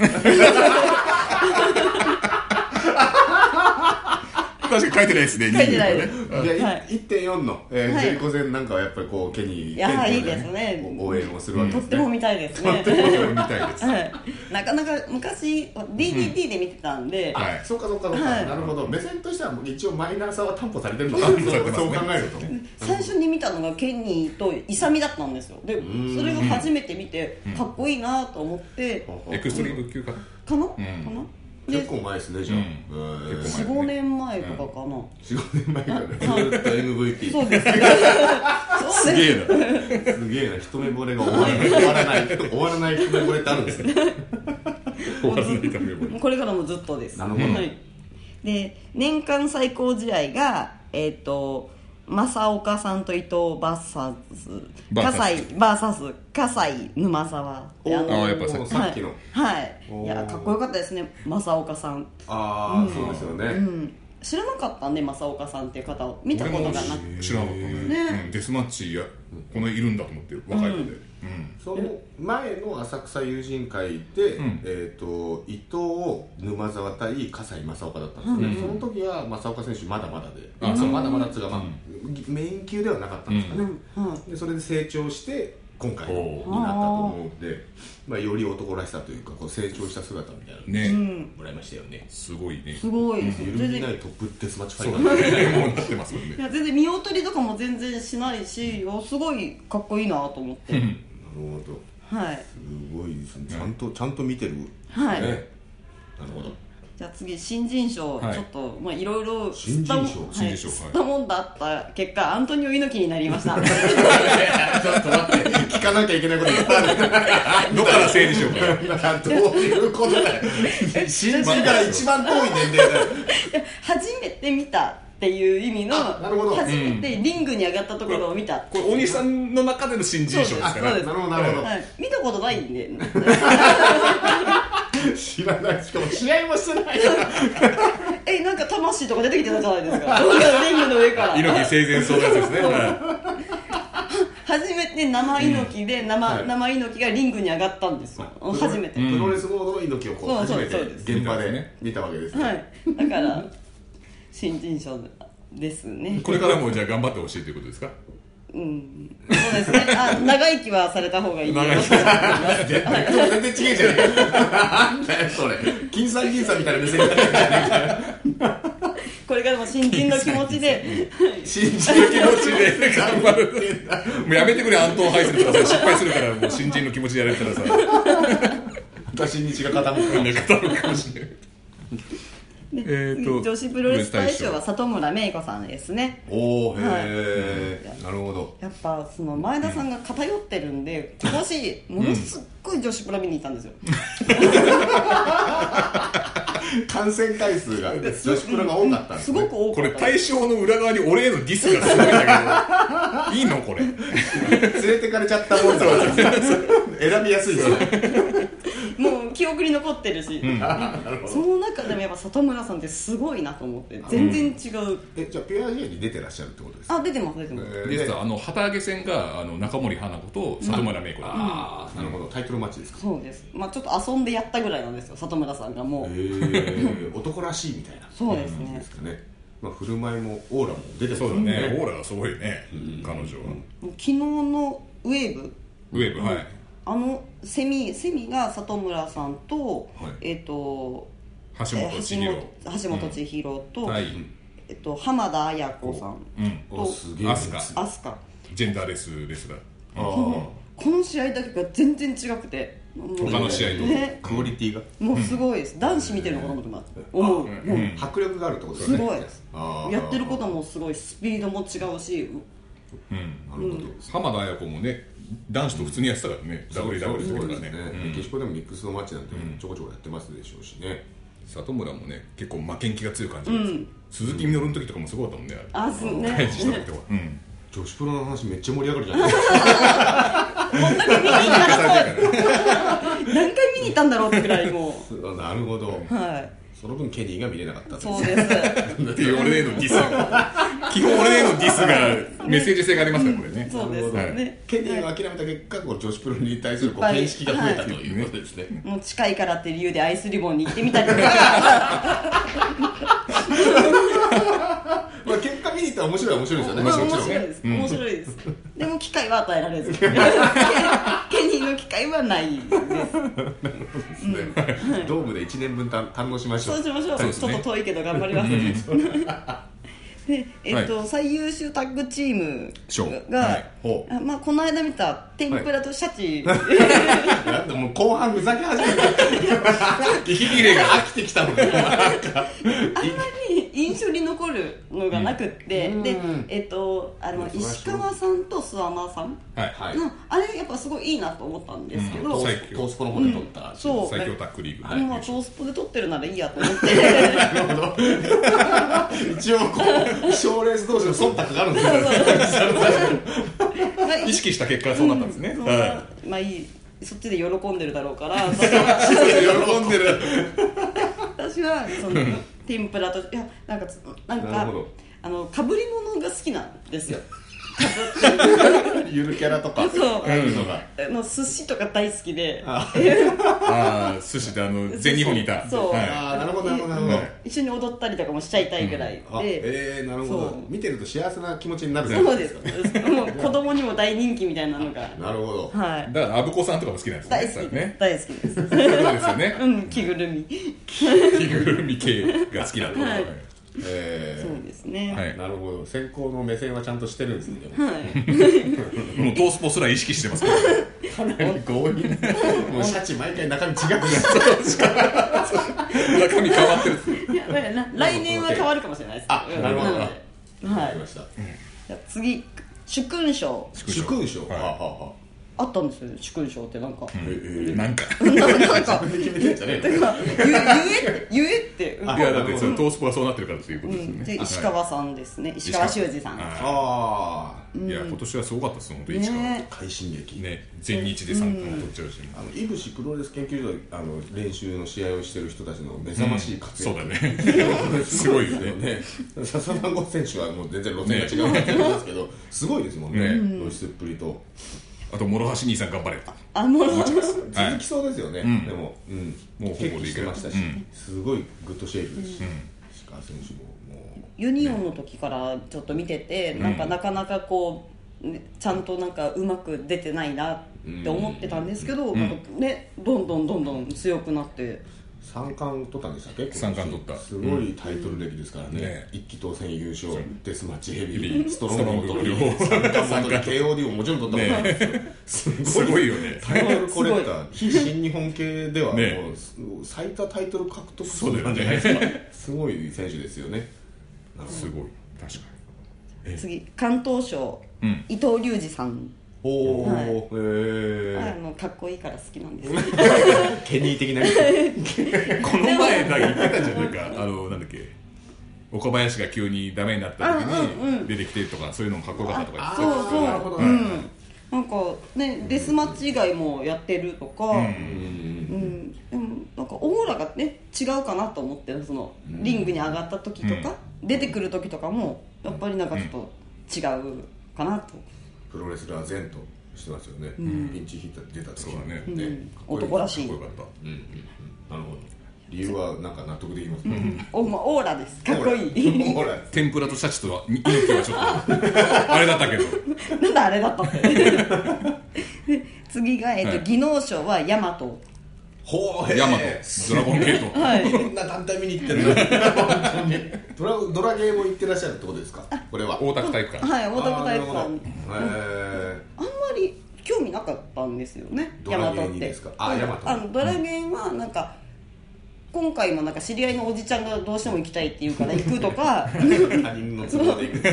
[SPEAKER 1] 確かに書いてないですね
[SPEAKER 2] 書いてない
[SPEAKER 1] 二
[SPEAKER 2] で
[SPEAKER 1] 位
[SPEAKER 2] す
[SPEAKER 3] じゃあい
[SPEAKER 2] はい
[SPEAKER 3] 1.4のえー
[SPEAKER 2] はい
[SPEAKER 3] ジェリコ戦なんかはやっぱりこうケニー
[SPEAKER 2] いやー
[SPEAKER 3] ケニーを
[SPEAKER 2] いいですね
[SPEAKER 3] こう応援をするわけ
[SPEAKER 2] と
[SPEAKER 3] で
[SPEAKER 2] っ
[SPEAKER 3] す
[SPEAKER 2] て
[SPEAKER 3] ね
[SPEAKER 2] も見たいですね
[SPEAKER 3] 見たいです
[SPEAKER 2] はい、なかなか昔 DDT で見てたんで、
[SPEAKER 3] あ
[SPEAKER 1] はい
[SPEAKER 3] そうかそうかそうか、
[SPEAKER 2] はい
[SPEAKER 3] なるほど目線としてはもう一応マイナーさは担保されてるのか
[SPEAKER 1] 担
[SPEAKER 3] そう
[SPEAKER 1] 保されてます
[SPEAKER 3] そう
[SPEAKER 1] ね
[SPEAKER 3] 考えるとね
[SPEAKER 2] 最初に見たのがケニーとイサミだったんですよでそれを初めて見てかっこいいなと思ってか
[SPEAKER 1] エクストリーム級かな
[SPEAKER 2] な、か
[SPEAKER 1] ん
[SPEAKER 2] なで
[SPEAKER 3] 結構前ですねじゃあ、
[SPEAKER 1] うん
[SPEAKER 3] えー
[SPEAKER 1] 結構
[SPEAKER 2] 45年前とかかな、
[SPEAKER 3] 45年前からねずーっと MVP
[SPEAKER 2] そうですそう
[SPEAKER 1] す
[SPEAKER 2] です
[SPEAKER 1] げえな
[SPEAKER 3] すげえな一目惚れが終わらない終わらない終わらない一目惚れってあるんですね
[SPEAKER 1] 終わらないために
[SPEAKER 2] これからもずっとです
[SPEAKER 3] なるほど
[SPEAKER 2] はい、で年間最高試合がえっ、と正岡さんと伊藤バッサス
[SPEAKER 1] バーサス
[SPEAKER 2] 葛西バーサス葛西沼沢であの
[SPEAKER 1] ーやっぱさ
[SPEAKER 3] さっきの、
[SPEAKER 2] はい、
[SPEAKER 3] おー
[SPEAKER 2] はい、いやかっこよかったですね正岡さん、
[SPEAKER 3] ああ、そうですよね、
[SPEAKER 2] うん、知らなかったね正岡さんっていう方を見たことがなく
[SPEAKER 1] 知らなかったね
[SPEAKER 2] ね
[SPEAKER 1] うん、デスマッチやこのいるんだと思って若いので、うん
[SPEAKER 3] その前の浅草友人会で、
[SPEAKER 1] うん
[SPEAKER 3] えー、と伊藤沼沢対葛西正岡だったんですよね、その時は正岡選手まだまだで、
[SPEAKER 1] あ
[SPEAKER 3] そ
[SPEAKER 1] そうう
[SPEAKER 3] まだまだっつうか、まあメイン級ではなかったんですかね、
[SPEAKER 2] うんうん
[SPEAKER 3] でそれで成長して今回にな
[SPEAKER 1] お
[SPEAKER 3] っ
[SPEAKER 1] ー
[SPEAKER 3] たと思うんで、まあ、より男らしさというかこう成長した姿みたいなの
[SPEAKER 1] ね、
[SPEAKER 3] もらいましたよね、
[SPEAKER 1] すごいね
[SPEAKER 2] すごいです
[SPEAKER 3] 揺
[SPEAKER 2] ね
[SPEAKER 3] る
[SPEAKER 2] 全
[SPEAKER 3] ぎな
[SPEAKER 2] 然
[SPEAKER 3] いトップデスマッチファ
[SPEAKER 1] そ
[SPEAKER 3] イ
[SPEAKER 1] う
[SPEAKER 3] タ
[SPEAKER 1] だ
[SPEAKER 3] ーだ
[SPEAKER 1] ねもうなってますもん
[SPEAKER 2] い
[SPEAKER 1] ね
[SPEAKER 2] や全然見劣りとかも全然しないしいやすごいかっこいいなと思って
[SPEAKER 3] なるほど
[SPEAKER 2] はい
[SPEAKER 3] すごいですねちゃんとちゃんと見てる、
[SPEAKER 2] はい、
[SPEAKER 3] ねなるほど
[SPEAKER 2] じゃあ次新人賞、
[SPEAKER 1] はい
[SPEAKER 2] ちょっとまあいろいろ
[SPEAKER 3] 新人賞
[SPEAKER 2] 吸ったもん
[SPEAKER 1] 新人賞
[SPEAKER 2] はい
[SPEAKER 1] はい
[SPEAKER 2] 吸ったもんだった結果アントニオ猪木になりました
[SPEAKER 3] ちょっと待って聞かなきゃいけないこといっぱいある
[SPEAKER 1] どっから整理しようか
[SPEAKER 3] 今さどういうことだよ新人から一番遠い年齢だよ
[SPEAKER 2] 初めて見たっていう意味の
[SPEAKER 3] あなるほど
[SPEAKER 2] 初めてリングに上がったところを見た、
[SPEAKER 1] これ大西さんの中での新人賞ですか
[SPEAKER 2] そう
[SPEAKER 1] ら
[SPEAKER 2] です
[SPEAKER 3] なるほどなるほ
[SPEAKER 2] はい、見たことないんで
[SPEAKER 3] ど知らないしかも試合もしてない
[SPEAKER 2] えなんか魂とか出てきてたじゃない ですかリングの上から
[SPEAKER 1] 猪木生前相談ですねは
[SPEAKER 2] 初めて生猪木で生,、
[SPEAKER 3] はい
[SPEAKER 2] 生猪木がリングに上がったんですよ初めて、
[SPEAKER 3] プロレスモードの猪木をこう
[SPEAKER 2] そう
[SPEAKER 3] 初
[SPEAKER 2] そう
[SPEAKER 3] めて
[SPEAKER 2] そうです
[SPEAKER 3] 現場で見たわけですね
[SPEAKER 2] はいだから新人賞ですね
[SPEAKER 1] いこれからもじゃあ頑張ってほしいということですか
[SPEAKER 2] うんそうですねあ長生きはされた方がいい
[SPEAKER 1] 長生き
[SPEAKER 3] 全然全然違えじゃねえかなんだよそれ金さん銀さんみたいな目線になってるじゃねえか
[SPEAKER 2] これからも新人の気持 ちで
[SPEAKER 3] 新
[SPEAKER 1] 気
[SPEAKER 3] 人
[SPEAKER 1] 持ちで頑張るもうやめてくれアントン・ハイセルとかさ失敗するからもう新人の気持ちでやられたらさ
[SPEAKER 3] 私に血が傾く
[SPEAKER 1] みんな語るかもしれない
[SPEAKER 2] で
[SPEAKER 1] えーと
[SPEAKER 2] 女子プロレス大賞は里村芽衣子さんですね
[SPEAKER 3] おおへえなるほど
[SPEAKER 2] やっぱその前田さんが偏ってるんで今年ものすっごい女子プロ見に行ったんですよ、
[SPEAKER 3] 感染回数が女子プロが多かったんですす
[SPEAKER 2] ご
[SPEAKER 3] ね
[SPEAKER 2] く多
[SPEAKER 1] こ
[SPEAKER 2] かっ
[SPEAKER 1] れ
[SPEAKER 2] た
[SPEAKER 1] 大賞の裏側に俺へのディスがすごいんだけどいいのこれ
[SPEAKER 3] 連れてかれちゃったもんだから 選びやすいですね
[SPEAKER 2] もう記憶に残ってるし、その中でもやっぱ里村さんってすごいなと思って全然違う
[SPEAKER 3] えじゃあ PRG に出てらっしゃるってことですか
[SPEAKER 2] あ出てます出てます、
[SPEAKER 3] えー
[SPEAKER 1] でさあの旗揚げ戦があの中森花子と里村芽衣子だ
[SPEAKER 3] ああなるほどタイトルマッチですか
[SPEAKER 2] そうですまあちょっと遊んでやったぐらいなんですよ里村さんがもう、
[SPEAKER 3] え 男らしいみたいな
[SPEAKER 2] そうです
[SPEAKER 3] 感じで
[SPEAKER 2] ね
[SPEAKER 3] すかねまあ振る舞いもオーラも出てる
[SPEAKER 1] そうだねオーラがすごいね彼女は
[SPEAKER 2] もう昨日のウェーブ
[SPEAKER 1] ウェーブはい
[SPEAKER 2] あのセミセミが里村さんと、
[SPEAKER 1] はい
[SPEAKER 2] えっ、と
[SPEAKER 1] 橋
[SPEAKER 2] え
[SPEAKER 1] 本千
[SPEAKER 2] ー
[SPEAKER 1] 尋
[SPEAKER 2] 橋本橋本千尋と,、
[SPEAKER 1] はい
[SPEAKER 2] えっと浜田綾子さん
[SPEAKER 1] うん
[SPEAKER 3] おすげえ
[SPEAKER 1] アスカ
[SPEAKER 2] アスカ
[SPEAKER 1] ジェンダーレスレスラー
[SPEAKER 3] あー
[SPEAKER 2] この試合だけが全然違くてもう
[SPEAKER 1] 他の試合と
[SPEAKER 2] ね
[SPEAKER 3] クオリティが
[SPEAKER 2] もうすごいです男子見てるのかと思ってます思う、もう
[SPEAKER 3] 迫力があるってことです
[SPEAKER 2] す
[SPEAKER 3] ね
[SPEAKER 2] ごいです
[SPEAKER 3] あー
[SPEAKER 2] やってることもすごいしスピードも違うしう
[SPEAKER 1] うん
[SPEAKER 3] なるほど
[SPEAKER 1] 浜田綾子もね男子と普通にやってたからねダブルダブルして
[SPEAKER 3] そ
[SPEAKER 1] た
[SPEAKER 3] う
[SPEAKER 1] か
[SPEAKER 3] です
[SPEAKER 1] らね
[SPEAKER 3] ねメキシコでもミックスのマッチなんてちょこちょこやってますでしょうしね
[SPEAKER 1] 里村もね結構負けん気が強い感じです鈴木みのるの時とかもすごかったもんねあれ
[SPEAKER 2] あすね
[SPEAKER 1] 返事した時とかうん
[SPEAKER 3] ち女子プロの話めっちゃ盛り上がるじゃない
[SPEAKER 2] 見に行ったらそう何回見に行ったんだろうってくらいも
[SPEAKER 3] なるほど、
[SPEAKER 2] うはい
[SPEAKER 3] その分ケニーが見れなかった
[SPEAKER 2] そうです
[SPEAKER 1] っていう俺へのディスが基本俺へのディスがメッセージ性がありますからこれね
[SPEAKER 2] そうですよね
[SPEAKER 3] ケニーを諦めた結果こう女子プロに対するこう
[SPEAKER 2] いっぱい
[SPEAKER 3] 見識が増えたということですね、
[SPEAKER 2] もう近いからって理由でアイスリボンに行ってみたり とか
[SPEAKER 3] まあ、結果見に行ったら面白いは面白いですよね、
[SPEAKER 2] まあ
[SPEAKER 3] も
[SPEAKER 2] 面
[SPEAKER 3] ちろ
[SPEAKER 2] 白い
[SPEAKER 3] ん
[SPEAKER 2] です面白いですでも機会は与えら れず ケニーの機会はない
[SPEAKER 3] ドームで1年分た堪能しましょ
[SPEAKER 2] そう
[SPEAKER 3] う
[SPEAKER 2] しましょう
[SPEAKER 1] そうです
[SPEAKER 2] ちょ
[SPEAKER 1] ね
[SPEAKER 2] っと遠いけど頑張ります でえっと、最優秀タッグチーム
[SPEAKER 1] 賞
[SPEAKER 2] が、
[SPEAKER 1] はいほう
[SPEAKER 2] あまあ、この間見た天ぷらとシャチ、
[SPEAKER 3] なんでもう後半ふざけ始め た
[SPEAKER 1] 息切れが
[SPEAKER 3] 飽きてきたので
[SPEAKER 2] あんまり印象に残るのがなくって、
[SPEAKER 3] うん
[SPEAKER 2] で
[SPEAKER 3] うん、
[SPEAKER 2] えっと、あの
[SPEAKER 3] そりゃ
[SPEAKER 2] 石川さんと諏訪間さん
[SPEAKER 1] はい
[SPEAKER 3] はい
[SPEAKER 2] の、あれやっぱすごいいいなと思ったんですけど、
[SPEAKER 1] うん
[SPEAKER 3] ト
[SPEAKER 1] 最
[SPEAKER 3] ーストースポの方で撮った、
[SPEAKER 2] そう
[SPEAKER 1] 最強タックリーグ
[SPEAKER 2] このままトースポで撮ってるならいいやと思って、
[SPEAKER 3] 一応こう賞レース同士の忖度があるんですよ
[SPEAKER 2] まあい
[SPEAKER 1] 意識した結果そうなったんですね、
[SPEAKER 2] そんな
[SPEAKER 1] は
[SPEAKER 2] まあいいそっちで喜んでるだろうか ら
[SPEAKER 1] い喜んでる
[SPEAKER 2] 私はその天ぷらといやなんかつなん
[SPEAKER 3] なる
[SPEAKER 2] か
[SPEAKER 3] ほど
[SPEAKER 2] あのかぶり物が好きなんですよ
[SPEAKER 3] ゆるキャラとか
[SPEAKER 2] そう
[SPEAKER 3] ああいうのが
[SPEAKER 2] あの寿司とか大好きで
[SPEAKER 1] ああ寿司であの全日本にいた
[SPEAKER 2] そう
[SPEAKER 1] は
[SPEAKER 3] ああなるほどなるほどなるほど、
[SPEAKER 2] 一緒に踊ったりとかもしちゃいたいぐらい
[SPEAKER 3] あ
[SPEAKER 2] で、
[SPEAKER 3] えー、なるほ
[SPEAKER 2] そ
[SPEAKER 3] ど
[SPEAKER 2] う
[SPEAKER 3] 見てると幸せな気持ちになる
[SPEAKER 2] そうですもう子供にも大人気みたいなのが
[SPEAKER 3] なるほど、
[SPEAKER 2] はいい
[SPEAKER 1] だからアブコさんとかも好きなんですね
[SPEAKER 2] 大好きです
[SPEAKER 1] ね
[SPEAKER 2] 大好きです
[SPEAKER 1] そうですよね
[SPEAKER 2] うん着ぐるみ
[SPEAKER 1] 着ぐるみ系が好きだと
[SPEAKER 2] はい
[SPEAKER 3] え
[SPEAKER 2] そうですね
[SPEAKER 1] は
[SPEAKER 2] はい
[SPEAKER 3] ーなるほど先行の目線はちゃんとしてるんですね
[SPEAKER 2] い
[SPEAKER 1] もうトースポすら意識してますから
[SPEAKER 3] かなり強引 もうシャチ毎回中身違うから
[SPEAKER 1] 中身変わってる
[SPEAKER 2] いやだからな来年は変わるかもしれないです
[SPEAKER 3] あ
[SPEAKER 2] うん
[SPEAKER 3] なるほど
[SPEAKER 2] のでは
[SPEAKER 3] わかり
[SPEAKER 2] い
[SPEAKER 3] ました
[SPEAKER 2] じゃあ次主君賞
[SPEAKER 3] 主君賞は
[SPEAKER 1] はい
[SPEAKER 3] あは
[SPEAKER 2] あったんですよ主君賞ってなんか、
[SPEAKER 3] あえ
[SPEAKER 1] なんか
[SPEAKER 2] なんか
[SPEAKER 3] え決めてんじゃねえ
[SPEAKER 2] て
[SPEAKER 3] の
[SPEAKER 2] かゆゆえゆえって、うん
[SPEAKER 1] いやだってそのトースポがそうなってるからということですよね、
[SPEAKER 2] で
[SPEAKER 1] はい
[SPEAKER 2] 石川さんですね石川修司さん
[SPEAKER 1] は
[SPEAKER 3] ああ
[SPEAKER 1] いや今年はすごかったです本当石川ね
[SPEAKER 2] ね
[SPEAKER 3] 快進撃
[SPEAKER 1] 全日で三冠取っちゃうし、
[SPEAKER 3] あのいぶしプロレス研究所であの練習の試合をしてる人たちの目覚ましい活
[SPEAKER 1] そう
[SPEAKER 3] 躍、
[SPEAKER 1] だね すごいよね
[SPEAKER 3] ね笹田剛選手はもう全然路線が違うって言うんですけど、すごいですもんね
[SPEAKER 1] ね
[SPEAKER 3] 露出っぷりと
[SPEAKER 1] あと諸橋兄さん頑張れ
[SPEAKER 2] あもう
[SPEAKER 1] はい
[SPEAKER 3] 続きそうですよね、
[SPEAKER 1] ん
[SPEAKER 3] でも、うん、
[SPEAKER 1] もうほぼ
[SPEAKER 3] 結構してましたし、
[SPEAKER 1] リーグ
[SPEAKER 3] すごいグッドシェイプですし、石川選手ももう
[SPEAKER 2] ユニオンの時からちょっと見てて、なんかなかなかこうねちゃんとなんかうまく出てないなって思ってたんですけど、なんかねどんどんどんどん強くなって
[SPEAKER 3] 三冠取ったんでしたっけ
[SPEAKER 1] 三冠取った
[SPEAKER 3] すごいタイトル歴ですからね,、
[SPEAKER 1] ね
[SPEAKER 3] 一期当選優勝デスマッチヘビ
[SPEAKER 1] ヘビ
[SPEAKER 3] ー
[SPEAKER 1] ー
[SPEAKER 3] ストロング
[SPEAKER 1] スト
[SPEAKER 3] と
[SPEAKER 1] ロング
[SPEAKER 3] 両
[SPEAKER 1] と両方
[SPEAKER 3] 三冠取り KOD をもちろん取ったことなんですよ、
[SPEAKER 1] すごいよね
[SPEAKER 3] タイトルコレクター非新日本系ではもう、
[SPEAKER 1] ね
[SPEAKER 3] 最多タイトル獲得数
[SPEAKER 1] そうだよ
[SPEAKER 3] な
[SPEAKER 1] ね
[SPEAKER 3] んじゃないですか、すごい選手ですよね
[SPEAKER 1] すごい確か
[SPEAKER 2] 次関東賞、
[SPEAKER 1] ん
[SPEAKER 2] 伊藤隆二さん、
[SPEAKER 3] おお、
[SPEAKER 2] はい
[SPEAKER 3] へ
[SPEAKER 2] あ
[SPEAKER 3] え
[SPEAKER 2] のかっこいいから好 きなんです
[SPEAKER 3] ケニー的な
[SPEAKER 1] にこの前だ言ってたじゃんなん かあのなんだっけ岡林が急にダメになった時に出てきてとかそういうのもかっこよかったとか
[SPEAKER 2] そう
[SPEAKER 1] 言って
[SPEAKER 2] そう、
[SPEAKER 3] なるほど
[SPEAKER 2] う
[SPEAKER 3] ね
[SPEAKER 2] ん、なんかねデスマッチ以外もやってるとか、うんでもなんかオーラがね違うかなと思ってそのリングに上がった時とか、出てくる時とかもやっぱりなんかちょっと違うかなと、
[SPEAKER 3] プロレスラー前としてますよね、ピンチヒッター出た時
[SPEAKER 1] そうだね
[SPEAKER 2] うん
[SPEAKER 3] かっこいい
[SPEAKER 2] 男らしい
[SPEAKER 1] たかっこよかっ
[SPEAKER 3] うんうんうんなるほど理由はなんか納得できますね、
[SPEAKER 2] お、まあ、オーラですかっこい い
[SPEAKER 3] ほら
[SPEAKER 1] た天ぷらとシャチとはに猪木はちょっと あれだったけど
[SPEAKER 2] なんであれだ ったってで次が、えっと
[SPEAKER 1] はい
[SPEAKER 2] 技能賞はヤマト
[SPEAKER 3] ほうへえ
[SPEAKER 1] ヤマトドラゴンゲート
[SPEAKER 2] はい
[SPEAKER 3] いろんな団体見に行ってるな本当にドラドラゲーも行ってらっしゃるってことですかこれは
[SPEAKER 1] 大田区体育館
[SPEAKER 2] はい大田区体育さんあ
[SPEAKER 3] あーな
[SPEAKER 2] ん
[SPEAKER 3] るほどへ
[SPEAKER 2] まり興味なかったんですよね
[SPEAKER 3] ド
[SPEAKER 2] ヤ
[SPEAKER 3] ラ
[SPEAKER 2] マ
[SPEAKER 3] ゲ
[SPEAKER 2] ト
[SPEAKER 3] ー
[SPEAKER 2] っ
[SPEAKER 3] に
[SPEAKER 2] て
[SPEAKER 3] ですかあ
[SPEAKER 2] うん
[SPEAKER 3] ヤマト
[SPEAKER 2] あのドラゲンはなんか今回もなんか知り合いのおじちゃんがどうしても行きたいって言うから行く とか
[SPEAKER 3] え他人の都合で行く
[SPEAKER 1] 振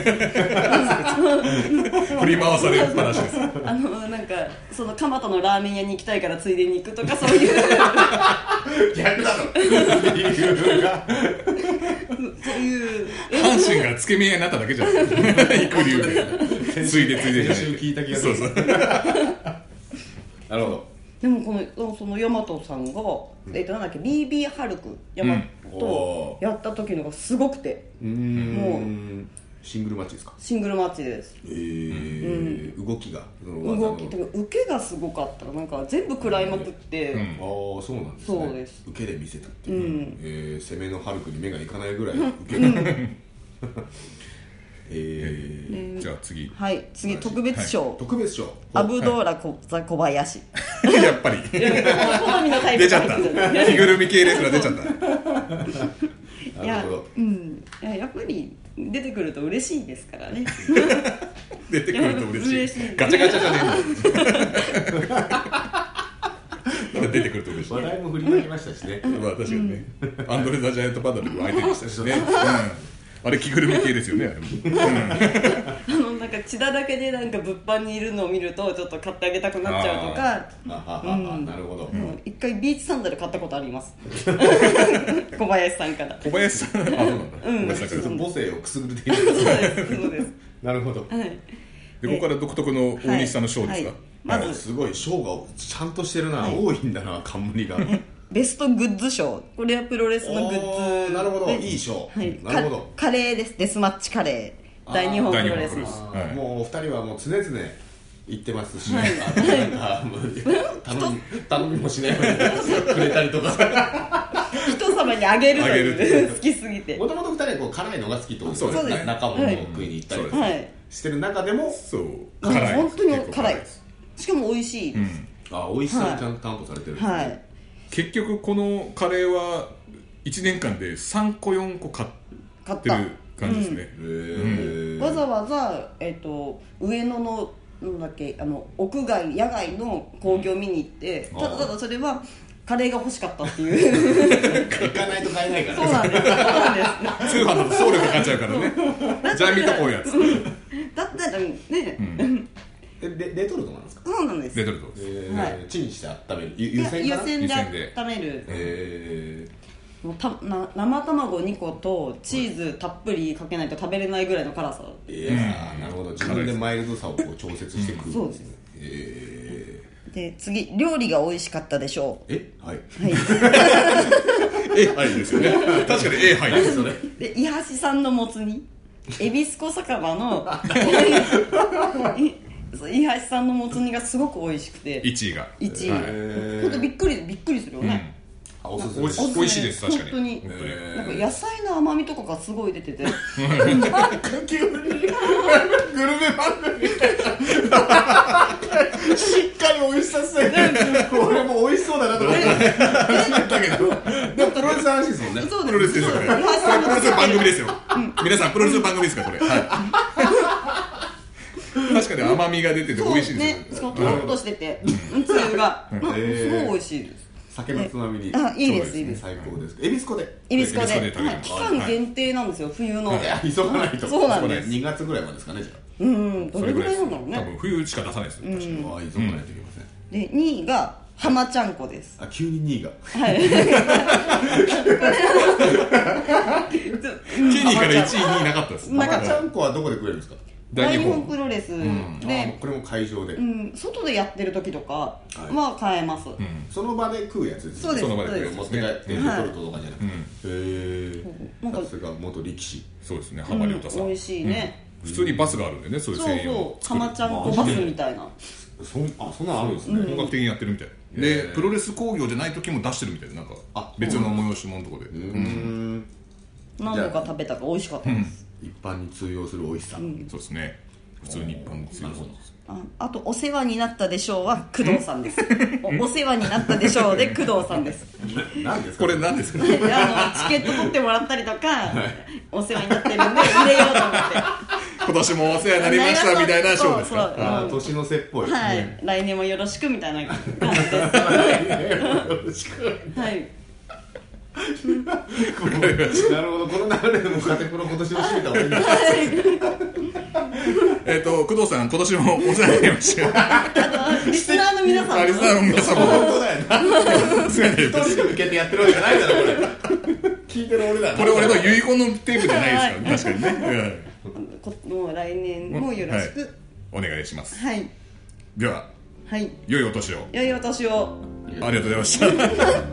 [SPEAKER 1] り回される話です
[SPEAKER 2] あのなんかその蒲田のラーメン屋に行きたいからついでに行く とかそういう
[SPEAKER 3] 逆だろ理由が
[SPEAKER 2] そういう
[SPEAKER 1] 阪神がつけ麺屋になっただけじゃん行く理由でついでついでじゃな
[SPEAKER 3] 先
[SPEAKER 1] い
[SPEAKER 3] 週聞いた気がす
[SPEAKER 1] そう
[SPEAKER 3] る
[SPEAKER 1] そう
[SPEAKER 3] なるほど
[SPEAKER 2] でもこのそのヤマトさんが、えっとなんだっけ BB ハルクヤマトをやった時のがすごくて
[SPEAKER 3] うーんシングルマッチですか
[SPEAKER 2] シングルマッチです
[SPEAKER 3] ええ動きがその技の
[SPEAKER 2] 動きてか受けがすごかったなんか全部食らいまくって、
[SPEAKER 1] うん
[SPEAKER 3] ああそうなんですね
[SPEAKER 2] そうです
[SPEAKER 3] 受けで見せたっていう、
[SPEAKER 2] うん
[SPEAKER 3] えー攻めのハルクに目がいかないぐらい受けが、 えー
[SPEAKER 1] じゃあ 次
[SPEAKER 2] はい次特別賞、
[SPEAKER 3] 特別賞
[SPEAKER 2] アブドーラコザ小林
[SPEAKER 1] やっぱり
[SPEAKER 2] 好みのタイプ
[SPEAKER 1] 出ちゃ った着ぐるみ系列が出ちゃった
[SPEAKER 2] い
[SPEAKER 3] な
[SPEAKER 2] や
[SPEAKER 3] るほど、
[SPEAKER 2] うん、いややっぱり出てくると嬉しいですからね
[SPEAKER 1] 出てくると嬉しい
[SPEAKER 2] 嬉し い
[SPEAKER 1] ガチャガチャじゃねえの出てくると嬉しい
[SPEAKER 3] 話題も振り返りましたしね
[SPEAKER 1] まあ確かにね、アンドレ・ザ・ジャイアント・パンダの時も相手でしたしね、うんあれ着ぐるみ系ですよねあれも
[SPEAKER 2] あのなんか血だらけでなんか物販にいるのを見るとちょっと買ってあげたくなっちゃうとか
[SPEAKER 3] あはははなるほど、
[SPEAKER 2] うん一回ビーチサンダル買ったことあります小林さんから
[SPEAKER 1] 小林さんあそうなんだ、小林さん
[SPEAKER 3] そ
[SPEAKER 1] から
[SPEAKER 3] の母性をくすぐる的な
[SPEAKER 2] そうですそうです
[SPEAKER 3] なるほど
[SPEAKER 2] はい
[SPEAKER 1] でここから独特の大西さんのショーですか、
[SPEAKER 2] はいはいまず
[SPEAKER 3] すごい賞がちゃんとしてるな、多いんだな冠が
[SPEAKER 2] ベストグッズ賞これはプロレスのグッ
[SPEAKER 3] おー
[SPEAKER 2] ズ
[SPEAKER 3] なるほど
[SPEAKER 2] で
[SPEAKER 3] いい賞
[SPEAKER 2] はい、
[SPEAKER 3] なるほど
[SPEAKER 2] カカレーですデスマッチカレー大日本プロレスの
[SPEAKER 1] 大日本
[SPEAKER 3] あ
[SPEAKER 1] プロレ
[SPEAKER 3] ー
[SPEAKER 1] はい
[SPEAKER 3] もうお二人はもう常々言ってますし、
[SPEAKER 2] はい
[SPEAKER 3] あなんかもう頼み頼みもしないようにくれたりとか
[SPEAKER 2] 人様にあげると
[SPEAKER 1] あげ
[SPEAKER 2] い
[SPEAKER 1] る
[SPEAKER 2] う好きすぎて
[SPEAKER 3] もともと二人はこう辛いのが好きと
[SPEAKER 1] そうです
[SPEAKER 2] ね
[SPEAKER 3] な中
[SPEAKER 2] は
[SPEAKER 3] も
[SPEAKER 2] い
[SPEAKER 3] 食いに行ったりとか
[SPEAKER 2] はい
[SPEAKER 3] してる中でも、
[SPEAKER 1] そう
[SPEAKER 2] あ本当
[SPEAKER 1] 結
[SPEAKER 2] に
[SPEAKER 1] 構
[SPEAKER 2] 辛いしかも美味しいで
[SPEAKER 1] う
[SPEAKER 2] す、
[SPEAKER 1] ん
[SPEAKER 3] あ美味しさをちゃんと担保されてるんですね、
[SPEAKER 2] はい
[SPEAKER 1] 結局このカレーは1年間で3個4個買っ
[SPEAKER 2] 買ってた
[SPEAKER 1] る感じですね、
[SPEAKER 3] へー
[SPEAKER 2] わざわざ、えっと上野のなんだっけあの屋外野外の興行見に行って、
[SPEAKER 3] うん
[SPEAKER 2] ただただそれはカレーが欲しかったっていう
[SPEAKER 3] 行かないと買えないか
[SPEAKER 2] そう
[SPEAKER 3] ら
[SPEAKER 2] なんですそうなんで
[SPEAKER 1] 通販だ
[SPEAKER 2] す
[SPEAKER 1] と送料かかっちゃうから ねじゃあ見とこうやつって
[SPEAKER 2] だったらね、
[SPEAKER 3] えレレトルトなんですか、
[SPEAKER 2] そうなんです
[SPEAKER 1] レトルトです
[SPEAKER 3] えー
[SPEAKER 2] はい
[SPEAKER 3] チンして温めるゆ
[SPEAKER 2] い
[SPEAKER 3] 湯
[SPEAKER 2] や
[SPEAKER 3] 煎かな
[SPEAKER 2] 湯煎
[SPEAKER 1] 湯煎
[SPEAKER 2] で
[SPEAKER 1] で
[SPEAKER 2] 温める
[SPEAKER 3] え
[SPEAKER 2] もうたな生卵2個とチーズたっぷりかけないと食べれないぐらいの辛さ
[SPEAKER 3] ー、いやーなるほど自分でマイルドさをこう調節してくる
[SPEAKER 2] そうですね
[SPEAKER 3] え
[SPEAKER 2] で次料理が美味しかったでしょ
[SPEAKER 3] ー、えはい
[SPEAKER 2] う、はい、
[SPEAKER 1] A 杯ですよね確かに A 杯ですよね
[SPEAKER 2] で伊橋さんのもつ煮恵比寿小酒場のい伊橋さんのもつ煮がすごく美味しくて
[SPEAKER 1] 1位が
[SPEAKER 2] 1位、
[SPEAKER 1] はい
[SPEAKER 2] ほんとびっくりびっくりするよね、
[SPEAKER 3] あおすす
[SPEAKER 1] 美
[SPEAKER 3] め
[SPEAKER 1] 味しい美味しいです確かに
[SPEAKER 2] 本当に
[SPEAKER 1] 本当に
[SPEAKER 2] なんか野菜の甘みとかがすごい出てて
[SPEAKER 3] 急にグルメ番組しっかり美味しさ伝え てるこれも美味しそうだなと思って
[SPEAKER 1] だけど
[SPEAKER 3] でもプロレスの話ですもんね
[SPEAKER 2] そう
[SPEAKER 1] プ
[SPEAKER 2] で
[SPEAKER 1] ロレス
[SPEAKER 2] す
[SPEAKER 1] です
[SPEAKER 2] そ
[SPEAKER 1] よ
[SPEAKER 2] う
[SPEAKER 1] これ
[SPEAKER 2] 伊
[SPEAKER 1] こ
[SPEAKER 2] 橋さ
[SPEAKER 1] れ
[SPEAKER 2] ん
[SPEAKER 1] プ
[SPEAKER 2] の
[SPEAKER 1] ロレ
[SPEAKER 2] もつ
[SPEAKER 1] スの番
[SPEAKER 2] 煮
[SPEAKER 1] 組ですよ皆さんプロレスの番組ですからこれはい確かに甘みが出てて美味しい
[SPEAKER 2] ね
[SPEAKER 1] です
[SPEAKER 2] そ
[SPEAKER 1] よ
[SPEAKER 2] うトロッとしててつゆがうんすごい美味しいです
[SPEAKER 3] 酒のつまみに
[SPEAKER 2] あいいです
[SPEAKER 1] そうですね
[SPEAKER 2] いいです
[SPEAKER 3] 最高です恵比寿子で
[SPEAKER 2] 恵比寿
[SPEAKER 1] 恵
[SPEAKER 2] で
[SPEAKER 1] 比寿で食べる
[SPEAKER 2] はい期間限定なんですよ冬の
[SPEAKER 3] いや急がないと
[SPEAKER 2] そうなんです
[SPEAKER 3] 2月ぐらいまでですかねじゃ
[SPEAKER 2] うんど
[SPEAKER 1] そ
[SPEAKER 2] れ
[SPEAKER 1] れぐ
[SPEAKER 2] ぐ
[SPEAKER 1] ら
[SPEAKER 2] ら
[SPEAKER 1] い
[SPEAKER 2] い
[SPEAKER 1] です
[SPEAKER 2] な
[SPEAKER 1] 多
[SPEAKER 2] んだろうね
[SPEAKER 1] 分冬しか出さないですよ確かに
[SPEAKER 3] ああ急がないといけません
[SPEAKER 2] で2位が花ちゃんこです
[SPEAKER 3] あ急に2位が
[SPEAKER 1] ケニーから1位2位なかったです
[SPEAKER 2] な
[SPEAKER 3] マ
[SPEAKER 2] か
[SPEAKER 3] カ
[SPEAKER 2] った
[SPEAKER 3] ちゃんこはどこで食えるんですか
[SPEAKER 1] 大
[SPEAKER 2] 大
[SPEAKER 1] 日
[SPEAKER 2] 日本
[SPEAKER 1] 本
[SPEAKER 2] プロレス
[SPEAKER 3] あ
[SPEAKER 2] で、
[SPEAKER 3] これも会場で
[SPEAKER 2] うん、外でやってる時とか
[SPEAKER 3] はい
[SPEAKER 2] は買えます、
[SPEAKER 3] その場で食うやつです
[SPEAKER 2] そうです
[SPEAKER 1] その場で食える
[SPEAKER 2] そう
[SPEAKER 3] 持
[SPEAKER 2] で
[SPEAKER 3] って帰ってレ
[SPEAKER 2] はい
[SPEAKER 3] トルトとかじゃなくてへ
[SPEAKER 2] なん
[SPEAKER 3] え
[SPEAKER 2] か
[SPEAKER 3] さすが元力士
[SPEAKER 1] そうですね浜亮太
[SPEAKER 2] す
[SPEAKER 1] さ
[SPEAKER 2] う
[SPEAKER 1] ん
[SPEAKER 2] ん美味しいね、
[SPEAKER 1] 普通にバスがあるんでねそういう
[SPEAKER 2] そう
[SPEAKER 1] 専
[SPEAKER 2] そ
[SPEAKER 1] 用
[SPEAKER 2] う浜ちゃんこバスみたいな
[SPEAKER 3] そんあそんなのあるんですね
[SPEAKER 1] 本格的にやってるみたいでプロレス工業じゃない時も出してるみたいでなんか
[SPEAKER 3] あ
[SPEAKER 1] 別の催し物のとこで
[SPEAKER 3] うーん
[SPEAKER 2] 何度か食べたか美味しかったです、
[SPEAKER 3] 一般に通用する美味しさ
[SPEAKER 1] そうですね普通に一般の強そう
[SPEAKER 2] ああと「お世話になったでしょう」は工藤さんです「おお 世話になったでしょう」で工藤さんです
[SPEAKER 3] 何ですか
[SPEAKER 1] これ何ですか
[SPEAKER 2] であのチケット取ってもらったりとか、お世話になってるんで売れようと思って
[SPEAKER 1] 今年もお世話になりま したみたいなショーです
[SPEAKER 2] そう
[SPEAKER 1] か
[SPEAKER 2] そう
[SPEAKER 3] あ
[SPEAKER 2] う
[SPEAKER 3] ー
[SPEAKER 2] ん
[SPEAKER 3] 年の瀬っぽい
[SPEAKER 2] はい、
[SPEAKER 3] ね
[SPEAKER 2] 来年もよろしくみたいな感じです
[SPEAKER 3] よろしく
[SPEAKER 2] はい
[SPEAKER 3] なるほどこの流れでもカテプロ今年も締めた方がいいんだ
[SPEAKER 1] えっ、と工藤さん今年もお世話になりました
[SPEAKER 2] リスナーの 皆さんも
[SPEAKER 1] リスナーの皆様
[SPEAKER 3] 本
[SPEAKER 1] も
[SPEAKER 3] 当だ よな
[SPEAKER 1] お世話になりま
[SPEAKER 3] 一
[SPEAKER 1] し
[SPEAKER 3] 人で向けてやってるわけじゃないだろこれ聞いてる俺だ
[SPEAKER 1] たこれ俺の遺言のテープじゃないですから、確かにね、
[SPEAKER 2] こもう来年もよろしく、
[SPEAKER 1] はお願いします
[SPEAKER 2] はい
[SPEAKER 1] では
[SPEAKER 2] はい
[SPEAKER 1] 良いお年を
[SPEAKER 2] 良いお年を
[SPEAKER 1] ありがとうございました